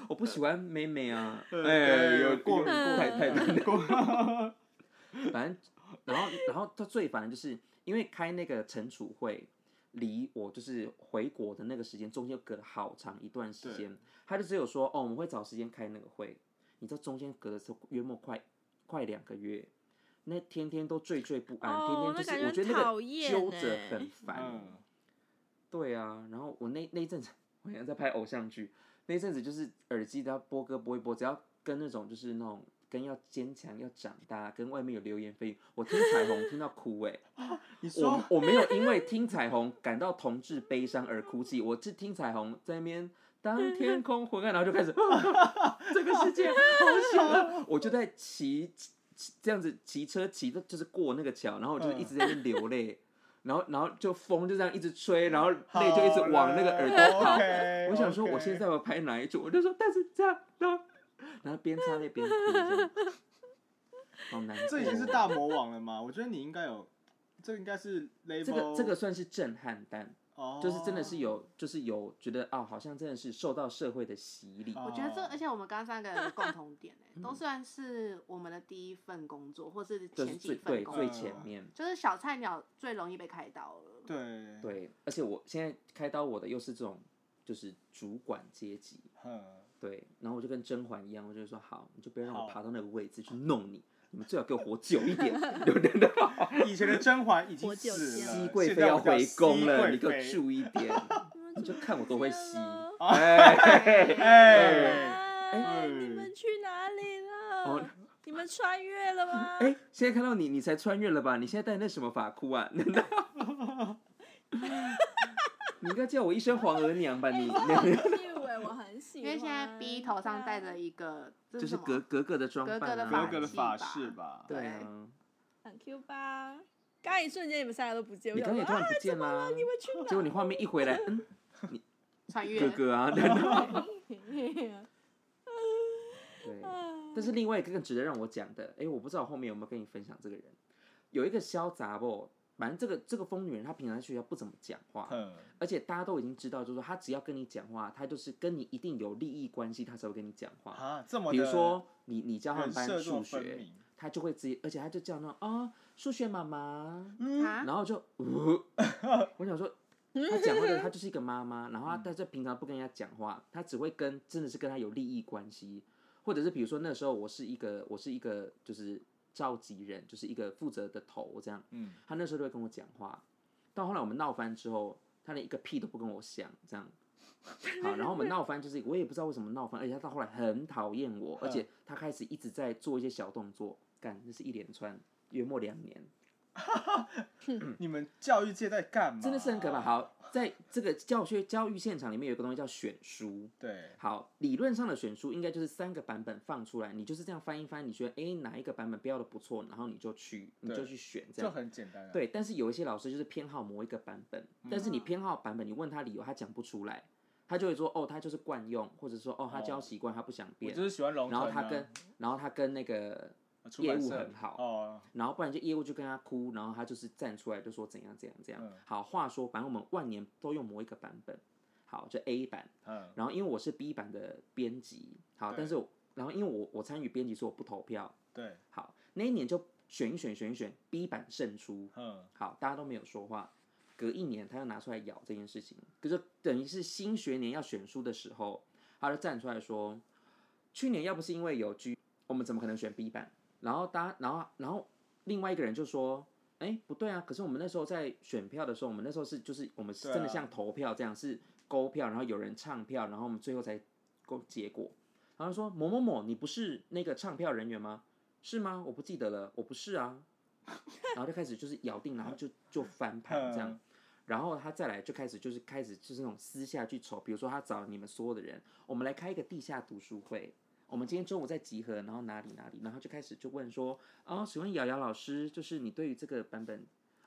S3: 我不喜欢妹妹啊，
S2: 呃
S3: 哎，
S2: 对
S3: 有
S2: 过嗯
S3: 有
S2: 敏
S3: 太太，
S2: 过敏
S3: 反正然后，然后他最烦的就是因为开那个惩处会，离我就是回国的那个时间中间又隔了好长一段时间，他就只有说哦，我们会找时间开那个会，你知道中间隔了是约莫快快两个月，那天天都惴惴不安，
S1: 哦
S3: 天天
S1: 那
S3: 就是
S1: 感觉
S3: 我觉得
S1: 很
S3: 那
S1: 讨
S3: 个
S1: 厌
S3: 揪着
S1: 欸
S3: 很烦，
S2: 嗯，
S3: 对啊，然后我那那一阵子，我好像在拍偶像剧，那一阵子就是耳机都要播歌播一播，只要跟那种就是那种跟要坚强、要长大、跟外面有流言蜚语，我听彩虹 听到哭哎、
S2: 你说
S3: 我我没有因为听彩虹感到同志悲伤而哭泣，我是听彩虹在那边。当天空昏暗，然后就 开始，这个世界好险啊！我就在骑骑这样子骑车骑的，就是过那个桥，然后我就一直在那边流泪，然后然后就风就这样一直吹，然后泪就一直往那个耳朵跑。
S2: OK，
S3: 我想说我现在要拍哪一种，我就说但是这样，然后然后边擦泪边哭，这样好难过哦。
S2: 这已经是大魔王了吗？我觉得你应该有，这应该是 label，
S3: 这个这个算是震撼弹，
S2: 哦，
S3: 就是真的是有，就是有觉得啊，好像真的是受到社会的洗礼。
S4: 我觉得这，
S2: 哦
S4: 而且我们刚刚三个人的共同点、欸，都算是我们的第一份工作，或是
S3: 嗯就是
S4: 前几
S3: 最
S4: 份
S3: 对
S4: 工
S3: 最
S4: 作，
S3: 前面。
S4: 就是小菜鸟最容易被开刀了。
S2: 对，
S3: 对，而且我现在开刀我的又是这种，就是主管阶级，
S2: 嗯，
S3: 对，然后我就跟甄嬛一样，我就说好，你就不要让我
S2: 好
S3: 爬到那个位置去弄你，你们最好给我活久一 点，对不对？
S2: 以前的甄嬛已经
S1: 我就
S2: 死了，
S1: 先
S3: 熹
S1: 熹
S2: 啊
S3: 贵妃
S2: 现在
S3: 要
S2: 我叫
S3: 回宫了，
S2: 熹
S3: 你给
S2: 贵
S3: 我
S2: 妃
S3: 注意 点， 你啊就看我多会吸。
S2: 哎
S1: 哎，你
S2: 嗯
S1: 们去哪里
S3: 哦
S1: 了？你们穿越了吗？
S3: 哎，现在看到你，你才穿越了吧？你现在戴那什么发箍啊？ 难道？你应该叫我一声皇额娘吧，你
S1: Q 哎，我很喜
S4: 因
S1: 欢。啊
S4: 为现在 B 头上戴
S2: 啊
S4: 着一个，这
S3: 就是是
S4: 什么
S3: 格格格的装扮
S4: 格格的
S2: 格
S3: 啊，
S4: 发
S2: 格的
S4: 髻
S2: 发
S4: 吧
S2: 饰吧，
S3: 对啊，
S1: 很 Q 吧？刚才一瞬间你们三个都不见，
S3: 你
S1: 我
S3: 刚才
S1: 想
S3: 突
S1: 说
S3: 然
S1: 啊，
S3: 不见啦、
S1: 你们去
S3: 结果你画面一回来，嗯，
S4: 穿越
S3: 哥哥啊，对
S1: 哪？啊
S3: 但是另外一个更值得让我讲的，哎、我不知道我后面有没有跟你分享这个人，有一个潇洒不，反正这个这个疯女人，她平常在学校不怎么讲话，
S2: 嗯，
S3: 而且大家都已经知道，就是说她只要跟你讲话，她就是跟你一定有利益关系，她才会跟你讲话。
S2: 啊，这么
S3: 比如
S2: 的
S3: 说你你交换
S2: 人设
S3: 班
S2: 这么
S3: 数
S2: 分
S3: 学，
S2: 明，
S3: 她就会直接，而且她就叫那种啊数学妈妈，
S2: 嗯
S4: 啊，
S3: 然 后就，呃我想说，她讲话的她就是一个妈妈，然
S2: 嗯
S3: 后她但是平常不跟人家讲话，她只会跟真的是跟她有利益关系，或者是比如说那时候我是一个我是一个就是召集人，就是一个负责的头这样，
S2: 嗯，
S3: 她那时候就会跟我讲话，到后来我们闹翻之后，她连一个屁都不跟我想这样。好，然后我们闹翻就是我也不知道为什么闹翻，而且她到后来很讨厌我，而且
S2: 嗯
S3: 她开始一直在做一些小动作，干这是一连串，约莫两年。
S2: 你们教育界在干嘛？
S3: 嗯真的是很可怕。，好，在这个教学教育现场里面有一个东西叫选书。
S2: 对，
S3: 好，理论上的选书应该就是三个版本放出来，你就是这样翻一翻，你觉得诶哪一个版本标的不错，然后你就去你就
S2: 对
S3: 去选这
S2: 就
S3: 样。
S2: 很简单啊，
S3: 对，但是有一些老师就是偏好某一个版本，但是你
S4: 嗯
S3: 偏好版本，你问他理由，他讲不出来，他就会说哦，他就是惯用，或者说哦，他
S2: 哦
S3: 教习惯，他不想
S2: 我
S3: 变
S2: 就。是喜欢龙
S3: 然后
S2: 腾
S3: 他
S2: 啊
S3: 跟然后他跟那个
S2: 出版
S3: 业务
S2: 社
S3: 很好
S2: 哦，
S3: 然后不然就业务就跟他哭，然后他就是站出来就说怎样怎样怎样。
S2: 嗯
S3: 好，话说，反正我们万年都用某一个版本，好，就 A 版。
S2: 嗯，
S3: 然后因为我是 B 版的编辑，好，
S2: 对
S3: 但是我然后因为我我参与编辑，所以我不投票。
S2: 对，
S3: 好，那一年就选一选选一选，B 版胜出。
S2: 嗯，
S3: 好，大家都没有说话。隔一年，他又拿出来咬这件事情，可是等于是新学年要选书的时候，他就站出来说，去年要不是因为有 G，我们怎么可能选 B 版？然后大家，然后然后另外一个人就说，哎、不对啊，可是我们那时候在选票的时候，我们那时候是就是我们是
S2: 对啊
S3: 真的像投票这样，是勾票，然后有人唱票，然后我们最后才勾结果。然后说某某某，你不是那个唱票人员吗？是吗？我不记得了，我不是啊。然后就开始就是咬定，然后就就翻盘这样
S2: 嗯。
S3: 然后他再来就开始就是开始就是那种私下去筹，比如说他找你们所有的人，我们来开一个地下读书会。我们今天中午在集合，然后哪里哪里，然后就开始就问说，哦，请问瑶瑶老师，就是你对于这个版本，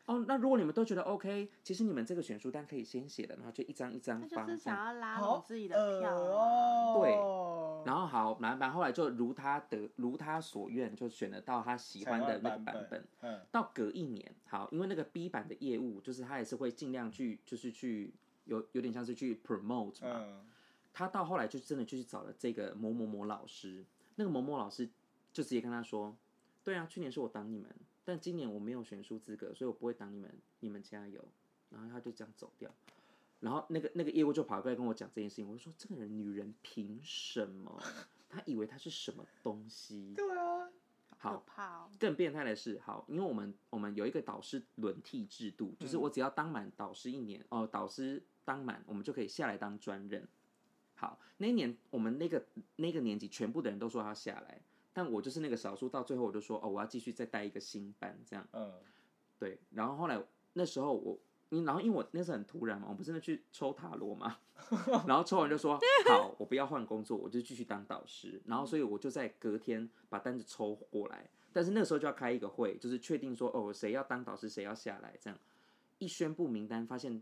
S3: 哦，那如果你们都觉得 OK，其实你们这个选书单可以先写了，然后就一张一张
S4: 他就
S3: 发
S4: 是
S3: 这样
S4: 想要拉
S2: 好
S4: 拢自己的票
S2: 恶
S4: 啊、
S2: 哦，
S3: 然后好，然后后来就如他的如他所愿，就选得到他喜欢的那个版本。，
S2: 嗯，
S3: 到隔一年，好，因为那个 B 版的业务，就是他也是会尽量去，就是去有有点像是去 promote 嘛。
S2: 嗯，
S3: 他到后来就真的就去找了这个某某某老师，那个某某老师就直接跟他说：“对啊，去年是我挡你们，但但今年我没有选书资格，所以我不会挡你们，你们加油。然后他就这样走掉。然后那个那个业务就跑过来跟我讲这件事情，我就说这个人女人凭什么？ 他以为他是什么东西？
S2: 对啊，
S4: 可
S3: 好，
S4: 怕哦。
S3: 更变态的是，好，因为我们我们有一个导师轮替制度，就是
S2: 嗯
S3: 我只要当满导师一年，哦，导师当满，我们就可以下来当专任。好，那一年我们那个那个年级全部的人都说他要下来，但我就是那个少数，到最后我就说，哦，我要继续再带一个新班这样。
S2: 嗯，
S3: 对，然后后来那时候我，因然后因为我那时候很突然嘛，我不是那去抽塔罗嘛，然后抽完就说好，我不要换工作，我就继续当导师。然后所以我就在隔天把单子抽过来，但是那时候就要开一个会，就是确定说哦谁要当导师，谁要下来这样。一宣布名单，发现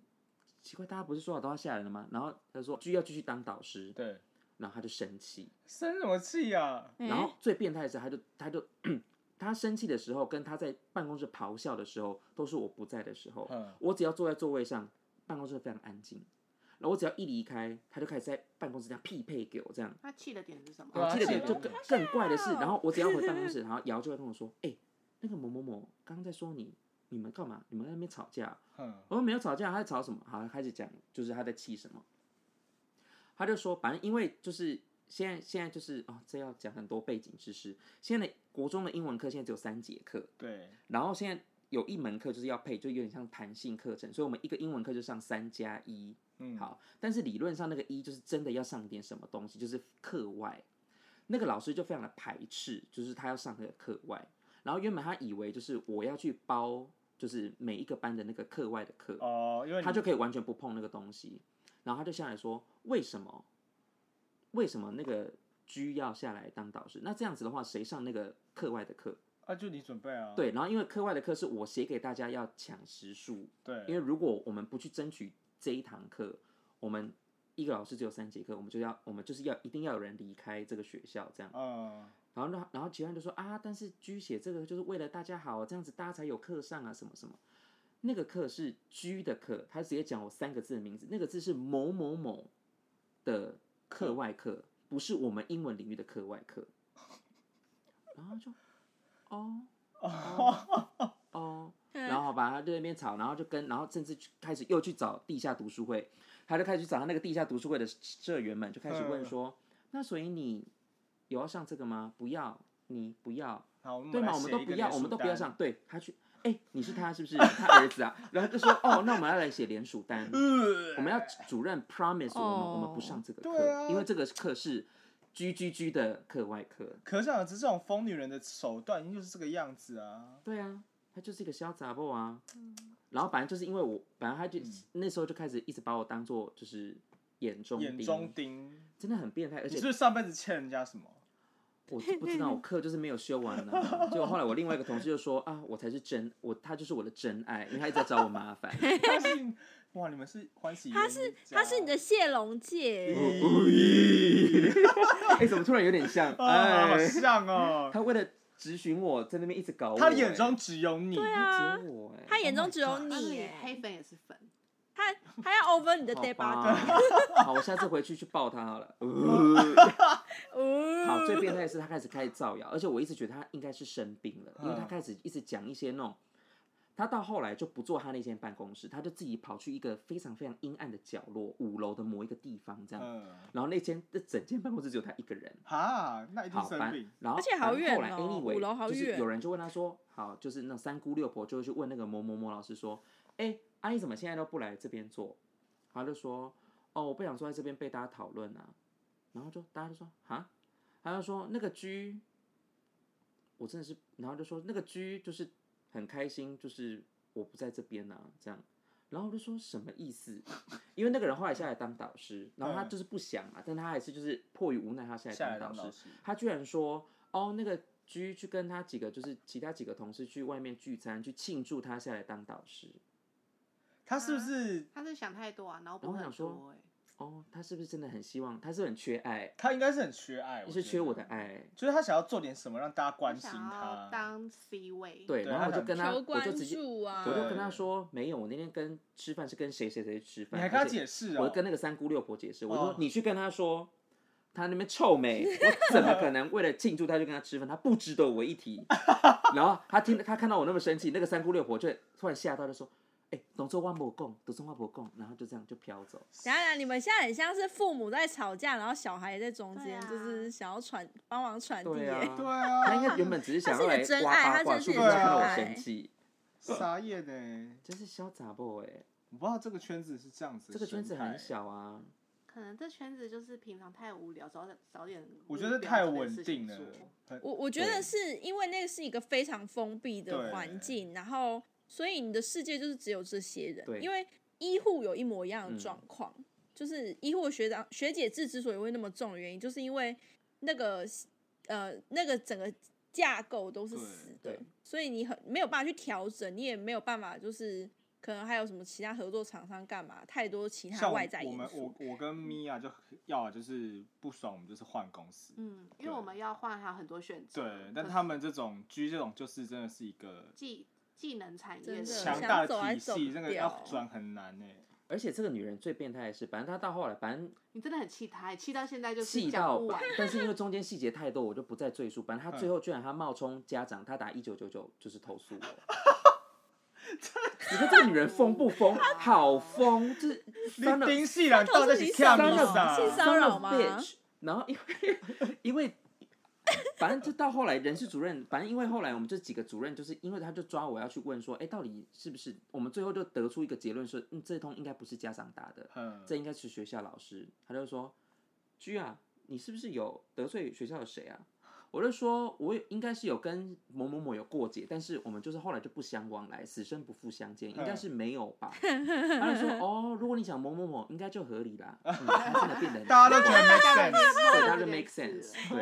S3: 奇怪，大家不是说好都要下来了吗？然后他说就要继续当导师，
S2: 对，
S3: 然后他就生气。
S2: 生什么气啊？
S1: 哎
S3: 然后最变态的是，他就他就 他生气的时候，跟他在办公室咆哮的时候，都是我不在的时候。
S2: 嗯，
S3: 我只要坐在座位上，办公室非常安静。然后我只要一离开，他就开始在办公室这样匹配给我这样。
S4: 他气的点是什么？
S2: 对啊
S3: 然后这个点
S2: 气
S3: 就
S2: 得
S3: 更
S2: 我
S3: 更怪的是，然后我只要回办公室，然后瑶就会跟我说：“哎、那个某某某刚刚在说你，你们干嘛？你们在那边吵架？”啊
S2: 嗯，
S3: 我说没有吵架，他在吵什么？好，他开始讲，就是他在气什么。他就说，反正因为就是现在现在就是哦，这要讲很多背景知识。现在的国中的英文课现在只有三节课，
S2: 对，
S3: 然后现在有一门课就是要配，就有点像弹性课程，所以我们一个英文课就上三加一。
S2: 嗯，，
S3: 好，但是理论上那个一就是真的要上点什么东西，就是课外。那个老师就非常的排斥，就是他要上那个课外。然后原本他以为就是我要去包，就是每一个班的那个课外的课，
S2: 哦，因为
S3: 他就可
S2: 以，
S3: 以完全不碰那个东西。然后他就下来说，为什么？为什么那个 G 要下来当导师？那这样子的话，谁上那个课外的课？
S2: 啊，就你准备啊，
S3: 对，然后因为课外的课是我写给大家要抢时数，
S2: 对，
S3: 因为如果我们不去争取这一堂课，我们一个老师只有三节课，我们就要我们就是要一定要有人离开这个学校这样。
S2: 嗯，
S3: 然后呢，然后其他人就说啊，但是 G 写这个就是为了大家好，这样子大家才有课上啊，什么什么。那个课是 G 的课，他直接讲我三个字的名字，那个字是某某某的课外课，不是我们英文领域的课外课。 然后就哦
S2: 哦，
S3: 哦，
S1: 嗯
S3: 然后好吧，他就在那边吵，然后就跟，然后甚至去开始又去找地下读书会，他就开始去找他那个地下读书会的社员们，就开始问说，那所以你有要上这个吗？不要，你不要，
S2: 好，我们
S3: 对
S2: 来
S3: 吗？我们
S2: 写
S3: 都
S2: 一
S3: 不
S2: 个
S3: 要，
S2: 连
S3: 我们
S2: 署
S3: 都不要
S2: 单
S3: 上。对他去，哎、你是他是不是？他儿子啊，然后就说，哦，那我们要来写联署单，
S2: 呃
S3: 我们要主任 promise 我们，我们不上这个
S2: 对
S3: 课，
S2: 啊
S3: 因为这个课是 G G G 的课外课。
S2: 可想而知，这种疯女人的手段一定就是这个样子啊。
S3: 对啊，他就是一个小杂货啊。然后反正就是因为我，反正他就、那时候就开始一直把我当做就是眼中
S2: 眼
S3: 钉
S2: 中钉，
S3: 真的很变态，而
S2: 你
S3: 且
S2: 是不是上辈子欠人家什 么？
S3: 我不知道我课就是没有修完呢、结果后来我另外一个同事就说啊，我才是真我，他就是我的真爱，因为他一直在找我麻烦。
S2: 他是哇，你们是欢喜冤家，
S1: 他是他是你的蟹龙
S3: 嗯
S1: 界，
S3: 哎、怎么突然有点像？
S2: 啊，好
S3: 哎，
S2: 像哦，
S3: 他为了质询我，在那边一直搞我、
S2: 他的眼
S3: 哎
S2: 中只有你，
S1: 对啊
S3: 只有我哎、
S1: 他眼中
S2: Oh my
S1: 只有
S2: God
S1: 你
S4: 你
S1: 耶，
S4: 黑粉也是粉，
S1: 他他要 over 你的 dead body，
S3: 好吧，好，我下次回去去抱他好了。
S1: 哦
S3: 好，
S2: 嗯
S3: 最变态的是他开始开始造谣，而且我一直觉得他应该是生病了，因为他
S2: 嗯
S3: 开始一直讲一些那种，他到后来就不坐他那间办公室，他就自己跑去一个非常非常阴暗的角落，五楼的某一个地方这样。
S2: 嗯，
S3: 然后那间那整间办公室只有他一个人。
S2: 哈，那一定
S3: 好，
S2: 生
S3: 反
S2: 病，
S3: 然后
S1: 而且好
S3: 反正后来
S1: 远哦
S3: anyway，
S1: 五楼好
S3: 就是
S1: 远
S3: 有人就问他说，好，就是那三姑六婆就会去问那个某某某老师说，哎，阿姨怎么现在都不来这边坐？他就说，哦，我不想坐在这边被大家讨论啊。然后就大家就说，哈，他就说那个 G，我真的是，然后就说那个 G 就是很开心，就是我不在这边啊，这样。然后我就说什么意思？因为那个人后来下来当导师，然后他
S2: 嗯
S3: 就是不想嘛，但他还是就是迫于无奈，他下来
S2: 下来
S3: 当
S2: 当
S3: 导
S2: 老
S3: 师。
S2: 师，
S3: 他居然说，哦，那个 G 去跟他几个就是其他几个同事去外面聚餐，去庆祝他下来当导师。
S2: 他
S4: 嗯
S2: 是不是
S4: 他是想太多啊，脑补
S3: 然后
S4: 很
S3: 我想说
S4: 多哎。
S3: 哦，他是不是真的很希望？他是很缺爱，
S2: 他应该是很缺爱，
S3: 是
S2: 觉
S3: 缺我
S2: 得
S3: 的，爱。
S2: 就是他想要做点什么让大家关心
S4: 想要
S2: 他，
S4: 当 C 位，
S3: 对，
S2: 对
S3: 然后我
S2: 他想
S3: 就跟他，
S1: 求
S3: 我就
S1: 关
S3: 直接，
S1: 注啊
S3: 我就，跟他
S2: 对
S3: 说，没有，我那天跟吃饭是跟谁谁谁吃
S2: 你
S3: 饭，
S2: 还跟他
S3: 而且
S2: 解释
S3: 我
S2: 哦，
S3: 跟那个三姑六婆解释，我就
S2: 哦
S3: 说你去跟他说， 他那边臭美，我怎么可能为了庆祝他就跟他吃饭？他不值得我一提。然后他听他看到我那么生气，那个三姑六婆就突然吓到，就说：“哎、董卓万伯贡，董卓万伯贡。”然后就这样就飘走。
S1: 等一下，你们现在很像是父母在吵架，然后小孩在中
S4: 对
S1: 间，
S4: 啊
S1: 就是想要传帮忙传递、
S3: 对
S1: 欸。
S3: 啊，
S2: 对啊，
S3: 他应该原本只是想要来
S1: 他是你的真
S3: 挖
S1: 爱他
S3: 八
S1: 真
S3: 卦，
S1: 的是
S3: 殊不
S1: 你
S3: 知
S2: 的
S3: 看到我
S1: 真爱
S3: 生气，
S2: 傻眼呢。
S3: 真是潇洒 boy 哎、
S2: 我不知道这个圈子是这样子，
S3: 这个圈子很。
S2: 欸
S3: 小啊，
S4: 可能这圈子就是平常太无聊，找点找点
S2: 我
S4: 目
S2: 觉得
S4: 标
S2: 太
S4: 找点
S2: 稳
S4: 事情
S2: 定了
S4: 做，
S2: 很
S1: 我我觉
S3: 对
S1: 得是因为那个是一个非常封闭
S2: 对
S1: 的环境，然后所以你的世界就是只有这些
S3: 对
S1: 人。因为医护有一模一样
S3: 嗯
S1: 的状况，就是医护学长学姐制之所以会那么重的原因，就是因为那个呃那个整个架构都是
S2: 对
S1: 死的
S3: 对，
S1: 所以你很没有办法去调整，你也没有办法就是。可能还有什么其他合作厂商干嘛？太多其他
S2: 像我
S1: 外在
S2: 我
S1: 因
S2: 们
S1: 素
S2: 我。我跟
S4: 嗯
S2: 米娅就要啊就是不爽，我们就是换公司。
S4: 嗯，因为我们要换还有很多选择，
S2: 对，
S4: 可
S2: 但
S4: 是
S2: 他们这种居这种就是真的是一个
S4: 技技能产业
S1: 真的
S4: 是
S2: 强
S1: 想
S2: 大
S1: 走
S2: 的
S1: 还
S2: 体
S1: 走
S2: 系，
S1: 不
S2: 那个要
S1: 掉
S2: 转很难呢。
S3: 而且这个女人最变态的是，反正她到后来，反正
S4: 你真的很气他，欸气到现在就是
S3: 细
S4: 讲
S3: 到
S4: 不
S1: 啊
S4: 完，，
S3: 但是因为中间细节太多，我就不再赘述。反正他最后居然他冒充家长，他打一九九九就是投诉我。你看这个 女人疯不疯？好疯，就是
S2: 你
S3: 翻了
S2: 丁细然到在起跳
S1: 骚
S3: 翻
S1: 扰
S2: 啥？
S1: 性骚
S3: 翻了
S1: 扰吗
S3: bitch，然后因为因为反正就到后来人事主任，反正因为后来我们这几个主任就是因为他就抓我要去问说，哎，到底是不是？我们最后就得出一个结论说，嗯，这通应该不是家长打的，
S2: 嗯，
S3: 这应该是学校老师。他就说：“居啊，你是不是有得罪学校的谁啊？”我就说：“我有应该是有跟某某某有过节，但是我们就是后来就不相往来，死生不复相见，应
S2: 嗯
S3: 该是没有吧？”他就说：“哦，如果你讲某某某，应该就合理啦。嗯”他真的变得很
S2: 大家都觉得 make
S4: 大家
S2: sense。
S3: 对，他
S4: 这
S3: 就
S4: 件
S3: make
S4: 事
S3: sense，对，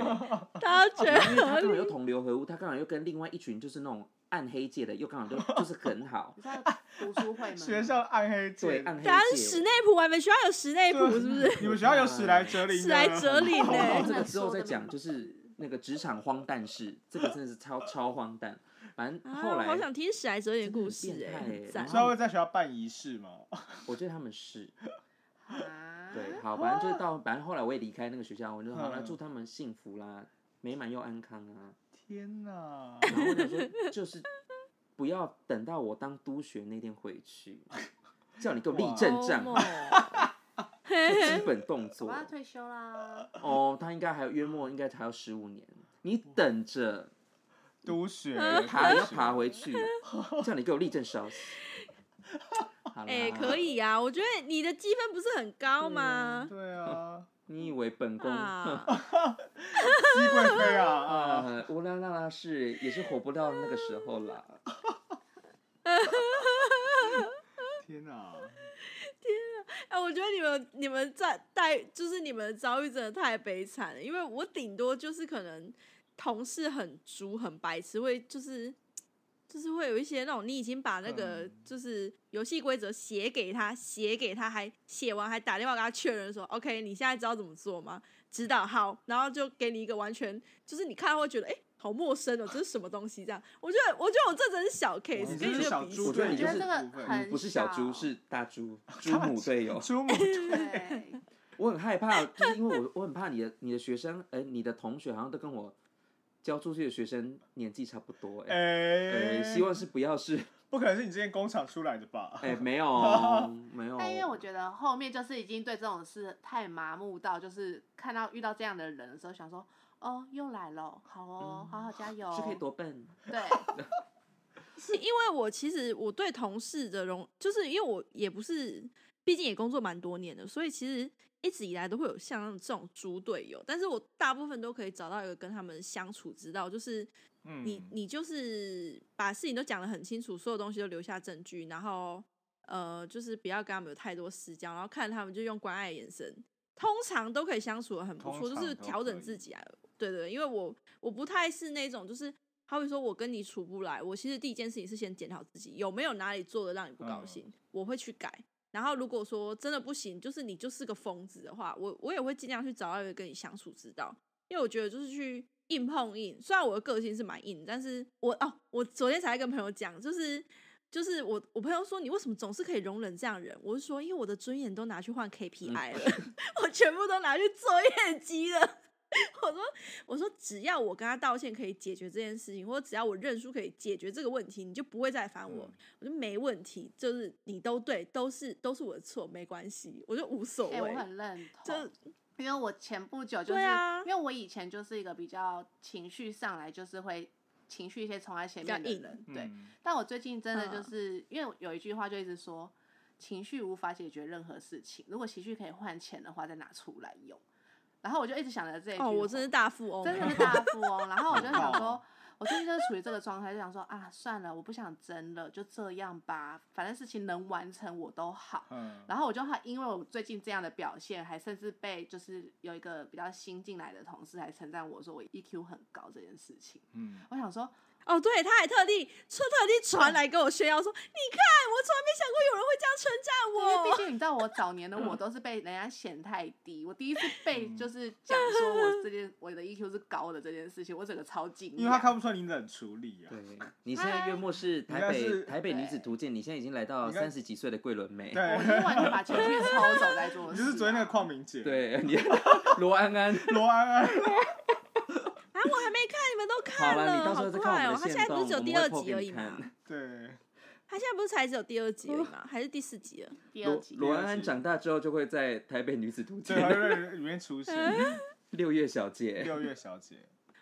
S1: 他觉
S2: 啊
S3: 然后因
S1: 得
S3: 为他刚好又同流合污，他刚好又跟另外一群就是那种暗黑界的，又刚好就就是 很好
S4: 你，知道读书会吗？
S2: 学校 暗黑
S3: 对
S2: 界，
S3: 暗黑
S1: 答案
S3: 界，
S1: 是史内普，还没学校有史内普
S2: 对
S1: 是不是？
S2: 你们学校有史莱哲林的？
S1: 史莱哲 林欸呢
S3: 然
S1: 对
S3: 后哦这个之
S4: 说
S3: 后
S4: 得
S3: 再
S4: 明
S3: 讲，
S4: 白
S3: 就是那个职场荒诞事，这个真的是超超荒诞。反正后
S1: 啊、我
S3: 来，
S1: 好想听史莱哲林的故事
S3: 真的很
S1: 哎、
S3: 变态
S1: 很
S3: 哎
S1: 赞
S3: 然
S2: 所以会在学校办仪式吗？
S3: 我觉得他们是
S4: 啊，
S3: 对，好，反正就是到，反正后来我也离开那个学校，我就说好了，
S2: 嗯
S3: 祝他们幸福啦，美满又安康啊。
S2: 天哪！
S3: 然后我想说，就是不要等到我当督学那天回去，叫你给我立正站
S1: 好
S3: 好
S1: 猛，哦
S3: 这基本动
S4: 我
S3: 作。
S4: 要退休啦，
S3: 哦，他应该还有约莫，应该还要十五年，你等着。
S2: 督学
S3: 爬要爬回 去，叫你给我立正稍息。好啦
S1: 哎、可，以呀、啊，我觉得你的积分不是很高吗？
S2: 对啊，
S3: 你以为本宫
S1: 啊，
S2: 熹贵妃啊啊！
S3: 啊乌拉那拉是也是活不到那个时候啦。
S2: 天哪！
S1: 哎、我觉得你们你们在带，就是你们的遭遇真的太悲惨了，因为我顶多就是可能同事很猪很白痴，会就是。就是会有一些那种，你已经把那个
S2: 嗯
S1: 就是游戏规则写给他，写给他，还写完还打电话给他确认说，OK，你现在知道怎么做吗？知道，好，然后就给你一个完全就是你看到会觉得，哎、好陌生哦，这是什么东西？这样，我觉得，我觉得我这真是小 case，
S2: 你
S1: 跟
S2: 真
S1: 你
S2: 是
S1: 这
S2: 小
S1: 个比起
S2: 猪
S3: 我觉
S2: 队友
S3: 得你
S2: 的
S3: 就
S2: 部分，
S3: 觉得
S4: 这个很
S3: 不是小猪，
S4: 少
S3: 是大 猪，猪母队友。
S2: 猪母
S4: 对，
S3: 我很害怕，就是因为我我很怕你的你的学生，哎，你的同学好像都跟我教出去的学生年纪差不多，哎，
S2: 哎
S3: 呃，希望是不要是，
S2: 不可能是你之前工厂出来的吧？
S3: 哎，没有 没有。
S4: 但因为我觉得后面就是已经对这种事太麻木到，就是看到遇到这样的人的时候，想说哦，又来了，好哦
S3: 嗯，
S4: 好好加油，
S3: 是可以多笨，
S4: 对，
S1: 因为我其实我对同事的容，就是因为我也不是，毕竟也工作蛮多年的，所以其实一直以来都会有像这种猪队友，但是我大部分都可以找到一个跟他们相处之道，就是
S2: 嗯，
S1: 你你就是把事情都讲得很清楚，所有东西都留下证据，然后呃，就是不要跟他们有太多私交，然后看他们就用关爱的眼神，通常都可以相处的很不错，就
S2: 通
S1: 是
S2: 常都
S1: 调
S2: 可
S1: 整
S2: 以
S1: 自己啊。对对，因为我我不太是那种就是。好比说，我跟你处不来，我其实第一件事情是先检讨自己有没有哪里做的让你不高
S2: 嗯
S1: 兴，我会去改。然后如果说真的不行，就是你就是个疯子的话，我我也会尽量去找到一个跟你相处之道，因为我觉得就是去硬碰硬。虽然我的个性是蛮硬，但是我哦，我昨天才跟朋友讲，就是就是我我朋友说你为什么总是可以容忍这样的人？我是说，
S4: 嗯
S1: 因为我的尊严都拿去换 KPI 了，我全部都拿去做业绩了。 我说我说只要我跟他道歉可以解决这件事情，或者只要我认输可以解决这个问题，你就不会再烦我。
S2: 嗯
S1: 我说没问题，就是你都对，都是都是我的错，没关系，我就无所谓。
S4: 哎、我很认
S1: 就
S4: 同。因为我前不久就是，
S1: 对啊
S4: 因为我以前就是一个比较情绪上来就是会情绪先冲在前面
S1: 比
S4: 的
S1: 较硬
S4: 人，对。
S2: 嗯
S4: 但我最近真的就
S1: 嗯
S4: 是、因为有一句话就一直说，情绪无法解决任何事情，如果情绪可以换钱的话，再拿出来用。然后我就一直想着这一句话，
S1: 哦，我真是大富翁，
S4: 真的是大富翁。然后我就想
S2: 哦
S4: 说，我最近就是处于这个状态，就想说啊，算了，我不想争了，就这样吧，反正事情能完成我都好。
S2: 嗯，
S4: 然后我就还因为我最近这样的表现，还甚至被就是有一个比较新进来的同事还称赞我说我 EQ 很高这件事情。
S2: 嗯，
S4: 我想说，
S1: 哦，对，他还特地特特地
S4: 嗯
S1: 传来跟我炫耀说：“你看，我从来没想过有人会这样称赞
S4: 因为
S1: 我。”
S4: 毕竟你知道，我早年的我都是被人家嫌太低。我第一次被
S2: 嗯
S4: 就是讲说我这件我的 EQ 是高的这件事情，我整个超惊
S2: 因为他看
S4: 讶。
S2: 不出来你冷处理啊。
S3: 对，你现在月末是
S2: 嗨应该
S3: 台北
S2: 是
S3: 台北女子图鉴，你现在已经来到
S2: 应该
S3: 三十几岁的桂纶镁，
S2: 对
S1: 哦
S4: 我今晚就把情绪抽走再做
S2: 你
S4: 事、
S2: 就
S4: 啊。
S2: 是昨天那个邝明姐，，
S3: 对，你 罗安 安，
S2: 罗安安，
S1: 啊，我还没看，你们都
S3: 好
S1: 看
S3: 了，你
S1: 了，
S3: 到时候再
S1: 快
S3: 看我
S1: 哦！
S3: 们
S1: 他
S3: 的
S1: 现
S3: 线
S1: 在
S3: 动，
S1: 不是
S3: 我
S1: 只有
S3: 们
S1: 第
S3: 会
S1: 二
S3: po
S1: 集
S3: 给
S1: 而
S3: 你
S1: 已吗？
S3: 看。
S2: 对，
S1: 他现在不是才只有第二集而已 吗？还是第四集了？
S4: 第二
S3: 罗
S4: 集，
S3: 罗安安长大之后就会在台北女子图
S2: 对，他就
S3: 鉴
S2: 在里 面出现。
S3: 六月小姐，
S2: 六月小姐，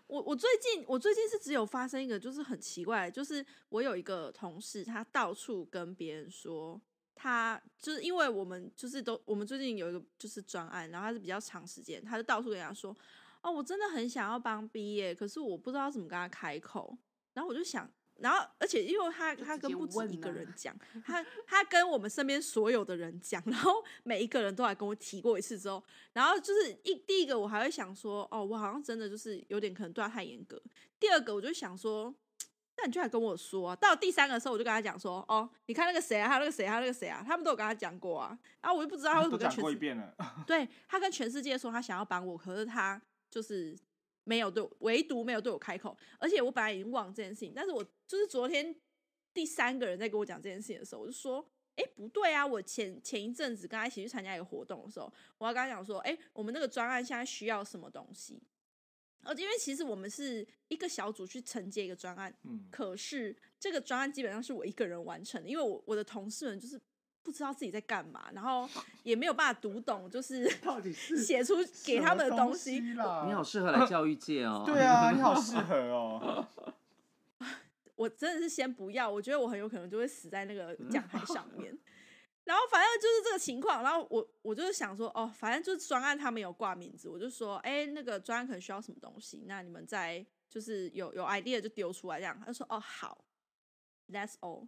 S1: 我我最近我最近是只有发生一个，就是很奇怪，就是我有一个同事，他到处跟别人说，他就是因为我们就是都我们最近有一个就是专案，然后他是比较长时间，他就到处跟人家说，哦，我真的很想要帮 B 耶，可是我不知道怎么跟他开口，然后我就想。然后，而且因为他
S4: 就
S1: 他
S4: 直
S1: 跟
S4: 接
S1: 不止
S4: 问
S1: 一个
S4: 啊
S1: 人 讲，他他跟我们身边所有的人讲，然后每一个人都来跟我提过一次之后，然后就是一第一个我还会想说，哦，我好像真的就是有点可能对他太严格。第二个我就想说，那你就来跟我说啊。到第三个的时候我就跟他讲说，哦，你看那个谁啊，还有那个谁，还有那个谁啊，他们都有跟他讲过啊。然后我就不知道他为什
S2: 都
S1: 么跟
S2: 讲
S1: 全
S2: 过一
S1: 世
S2: 遍了。
S1: 对他跟全世界说他想要帮我，可是他就是没有对我，唯独没有对我开口。而且我本来已经忘了这件事情，但是我就是昨天第三个人在跟我讲这件事情的时候，我就说。哎，不对啊！我前前一阵子跟他一起去参加一个活动的时候，我要跟他讲说，哎，我们那个专案现在需要什么东西？而且因为其实我们是一个小组去承接一个专案，
S2: 嗯，
S1: 可是这个专案基本上是我一个人完成的，因为我我的同事们就是不知道自己在干嘛，然后也没有办法读懂，就是
S2: 到底是
S1: 写出给他们的
S2: 东
S1: 西。
S2: 啦？
S3: 你好，适合 来教育界哦。
S2: 对啊，你好 适合 哦。
S1: 我真的是先不要，我觉得我很有可能就会死在那个
S2: 嗯
S1: 讲 台上面。然后反正就是这个情况，然后我我就是想说，哦，反正就是专案他们有挂名字，我就说，哎，那个专案可能需要什么东西，那你们再就是有有 idea 就丢出来这样。他就说，哦，好，that's all。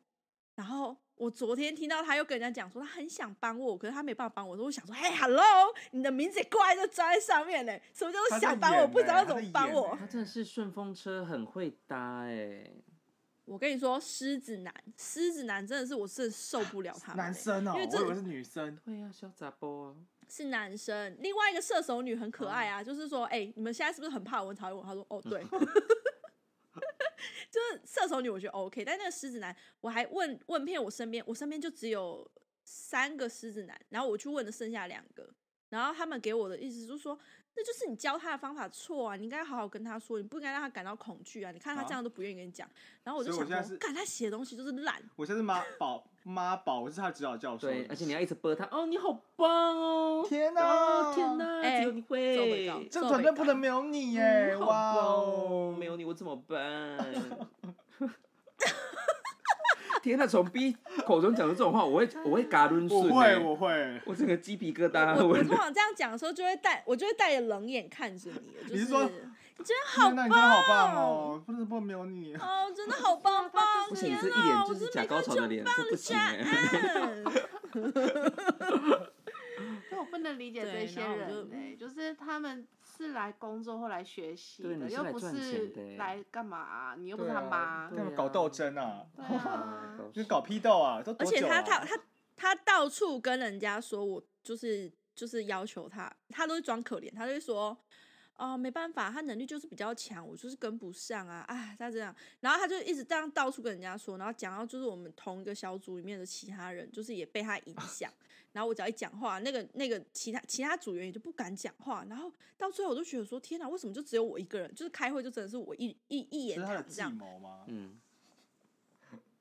S1: 然后我昨天听到他又跟人家讲说，他很想帮我，可是他没办法帮我。我说我想说，嘿，hello，你的名字也挂在这专案上面呢，什么叫
S2: 他
S1: 做
S2: 在
S1: 想帮我，
S2: 演
S1: 不知
S2: 欸
S1: 道
S2: 他
S1: 怎
S2: 在
S1: 么帮
S2: 演
S1: 我
S2: 欸？
S3: 他真的是顺风车，很会搭哎。
S1: 我跟你说，狮子男，狮子男真的是我真的受不了他们欸、
S2: 男生哦，
S1: 因为这
S2: 我以为是女生。
S3: 对呀，小杂波啊。
S1: 是男生。另外一个射手女很可爱
S2: 哦
S1: 啊，就是说，哎、你们现在是不是很怕我很讨厌我？他说，哦， 对。就是射手女，我觉得 OK，但那个狮子男，我还问问遍我身边，我身边就只有三个狮子男，然后我去问了剩下两个，然后他们给我的意思就是说，那就是你教他的方法错啊，你应该好好跟他说，你不应该让他感到恐惧啊，你看他这样都不愿意跟你讲，然后我就
S2: 所以我
S1: 想
S2: 现在
S1: 说，
S2: 是
S1: 干他写的东西就是烂，
S2: 我现在是妈宝，妈宝，我是他指导教授。
S3: 对，而且你要一直播他哦，你好棒哦！
S2: 天哪
S3: 哦天哪，
S1: 哎
S3: 只有你
S1: 做不到
S3: 会，
S2: 这个团队不能没有你
S1: 哎
S2: 耶！
S3: 嗯好
S2: 哇
S3: 棒
S2: 哦，
S3: 没有你我怎么办？ 天哪，从 B 口中讲出这种话，我会我会嘎抡
S2: 我
S3: 顺
S2: 会，
S3: 欸，
S2: 我会。
S3: 我整个鸡皮疙瘩，
S1: 我
S3: 啊我
S1: 我通常这样讲的时候，就会带我就会带着冷眼看着你， 就
S2: 你是说
S1: 好
S2: 天哪，你真的好棒哦！不能不能没有你。
S1: 哦，真的好棒棒，
S3: 不行，你
S1: 天
S3: 这一
S1: 哪，
S3: 脸
S1: 我
S3: 就
S1: 真
S3: 是
S1: 的
S3: 假
S1: 没
S3: 高
S1: 看
S3: 潮
S1: 出
S3: 的脸，这不行欸。
S1: 嗯，
S4: 对，我不能理解
S1: 对
S4: 这些
S1: 然后我
S4: 人
S1: 就
S4: 哎、就是他们是来工作或来学习
S3: 对
S4: 的，
S3: 你是
S4: 又
S3: 来
S4: 不
S3: 赚
S4: 是
S3: 钱的欸
S4: 来干嘛啊、你又不是
S2: 对
S4: 他
S2: 啊
S4: 妈。
S3: 对
S2: 干嘛搞斗争啊？
S4: 对啊，
S2: 就搞批斗啊！都
S1: 嗯而
S2: 多
S1: 且
S2: 久啊
S1: 他他他他到处跟人家说我就是就是要求他，他都是装可怜，他就会说。哦、没办法，他能力就是比较强，我就是跟不上啊，哎，他这样，然后他就一直这样到处跟人家说，然后讲到就是我们同一个小组里面的其他人，就是也被他影
S2: 啊
S1: 响，然后我只要一讲话，那个那个其他其他组员也就不敢讲话，然后到最后我都觉得说，天哪，为什么就只有我一个人？就是开会就真的是我一一一
S2: 这
S1: 言
S2: 是他的
S1: 堂这
S2: 计
S1: 样，
S2: 谋吗？
S3: 嗯，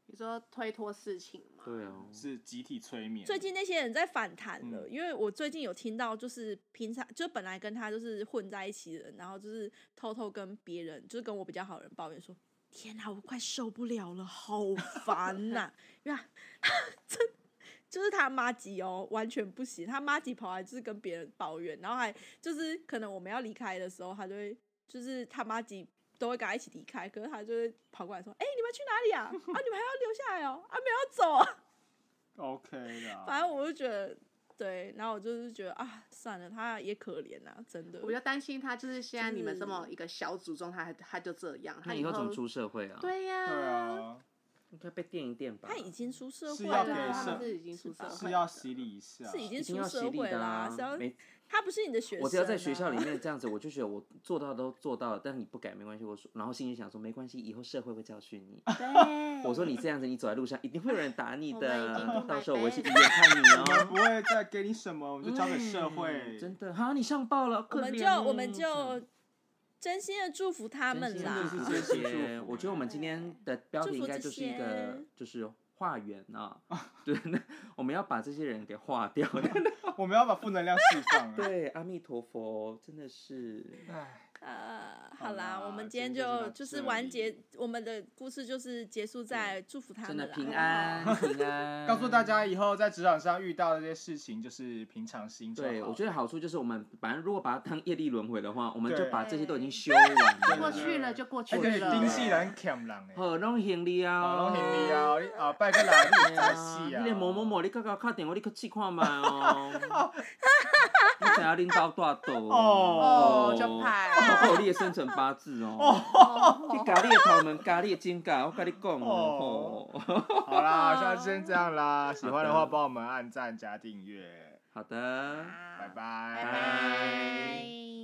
S4: 你说推脱事情嘛？
S3: 对哦，
S1: 哎
S2: 是集体催眠。
S1: 最近那些人在反弹了，
S2: 嗯
S1: 因为我最近有听到，就是平常就本来跟他就是混在一起的人，然后就是偷偷跟别人，就是跟我比较好的人抱怨说：“天啊，我快受不了了，好烦呐、 因为他真就是他妈吉哦，完全不行，他妈吉跑来就是跟别人抱怨，然后还就是可能我们要离开的时候，他就会就是他妈吉。都会跟他一起离开，可是他就会跑过来说：“哎、你们去哪里啊？啊，你们还要留下来哦？啊，没有要走啊？”
S2: OK 的啊。
S1: 反正我就觉得，对，然后我就是觉得啊，算了，他也可怜呐、真的。
S4: 我比较担心他，就是现在你们这么
S1: 是
S4: 一个小组中，他还他就这样，
S3: 那
S4: 他
S3: 以后
S4: 后
S3: 怎么出社会啊？，
S4: 对呀、
S2: 对，啊，
S3: 应该被电一电吧。
S1: 他已经出社
S2: 是
S1: 会
S2: 要
S4: 对啊，
S2: 给
S4: 他
S2: 社
S4: 们
S1: 啦，
S4: 是已经出
S1: 是
S4: 社
S1: 吧
S4: 会了，
S2: 是要洗礼一下。
S1: 是已经
S3: 啊一定
S1: 出
S3: 要洗
S1: 社
S3: 礼
S1: 会
S3: 的
S1: 啦
S3: 啊，
S1: 是要
S3: 没
S1: 他不是你的学生、啊。
S3: 我只要在学校里面这样子，我就觉得我做到都做到了，但你不改没关系。我说，然后心里想说没关系，以后社会会教训你。
S4: 对，
S3: 我说你这样子，你走在路上一定会有人打你
S4: 我们已经
S3: 的，
S4: 都
S3: 到
S4: 买
S3: 时候我
S4: 杯
S3: 去医
S4: 了
S3: 院看你
S2: 我 们
S3: 哦。
S2: 啊不会再给你什么，我们就交给社
S3: 嗯
S2: 会。
S3: 真的，好，你上报了，
S1: 我
S3: 可
S1: 们就
S3: 怜哦
S1: 我们就真心的祝福他们
S2: 真 心
S1: 啦。
S2: 地
S3: 谢
S2: 真心祝福
S3: 谢。我觉得我们今天的标
S1: 祝
S3: 题
S1: 福
S3: 应该
S1: 这
S3: 就是一个
S1: 些
S3: 就是化缘 啊，对，那我们要把这些人给化掉。
S2: 我们要把负能量释放啊。
S3: 对，阿弥陀佛，真的是。
S2: 唉，
S1: 呃，
S2: 好
S1: 好啦，
S2: 啦
S1: 我们
S2: 今
S1: 今天
S2: 天就
S1: 就
S2: 到
S1: 就是
S2: 这
S1: 完
S2: 里
S1: 结，我们的故事就是结束在祝福他
S3: 真
S1: 们
S3: 的
S1: 啦
S3: 平。安，平安。
S2: 告诉大家，以后在职场上遇到的这些事情，就是平常心就好。
S3: 对，我觉
S2: 得
S3: 得好处就是我们反正如果把它当业力轮回的话，我们就
S2: 对
S3: 把这些都已经修完了，
S4: 过去了就过去
S2: 而且
S4: 了，
S2: 哎丁系人很欠人诶，
S3: 好弄行李啊，
S2: 好拢行李啊，你啊拜个来， 你
S3: 对
S2: 再
S3: 啊，
S2: 死
S3: 你
S2: 啊。
S3: 连某某某，你刚刚打电话，你去试看卖哦。 你想要拎包大刀
S2: 哦
S4: 哦就派
S3: 哦，你的生辰八字哦，你
S4: 哦
S3: 家你的头毛，家你的指甲，我跟你讲哦
S2: 哦。 好啦，下次先这样啦。喜欢的话，帮我们按赞加订阅，
S3: 好的。
S2: 拜
S4: 拜
S2: 拜
S4: 拜。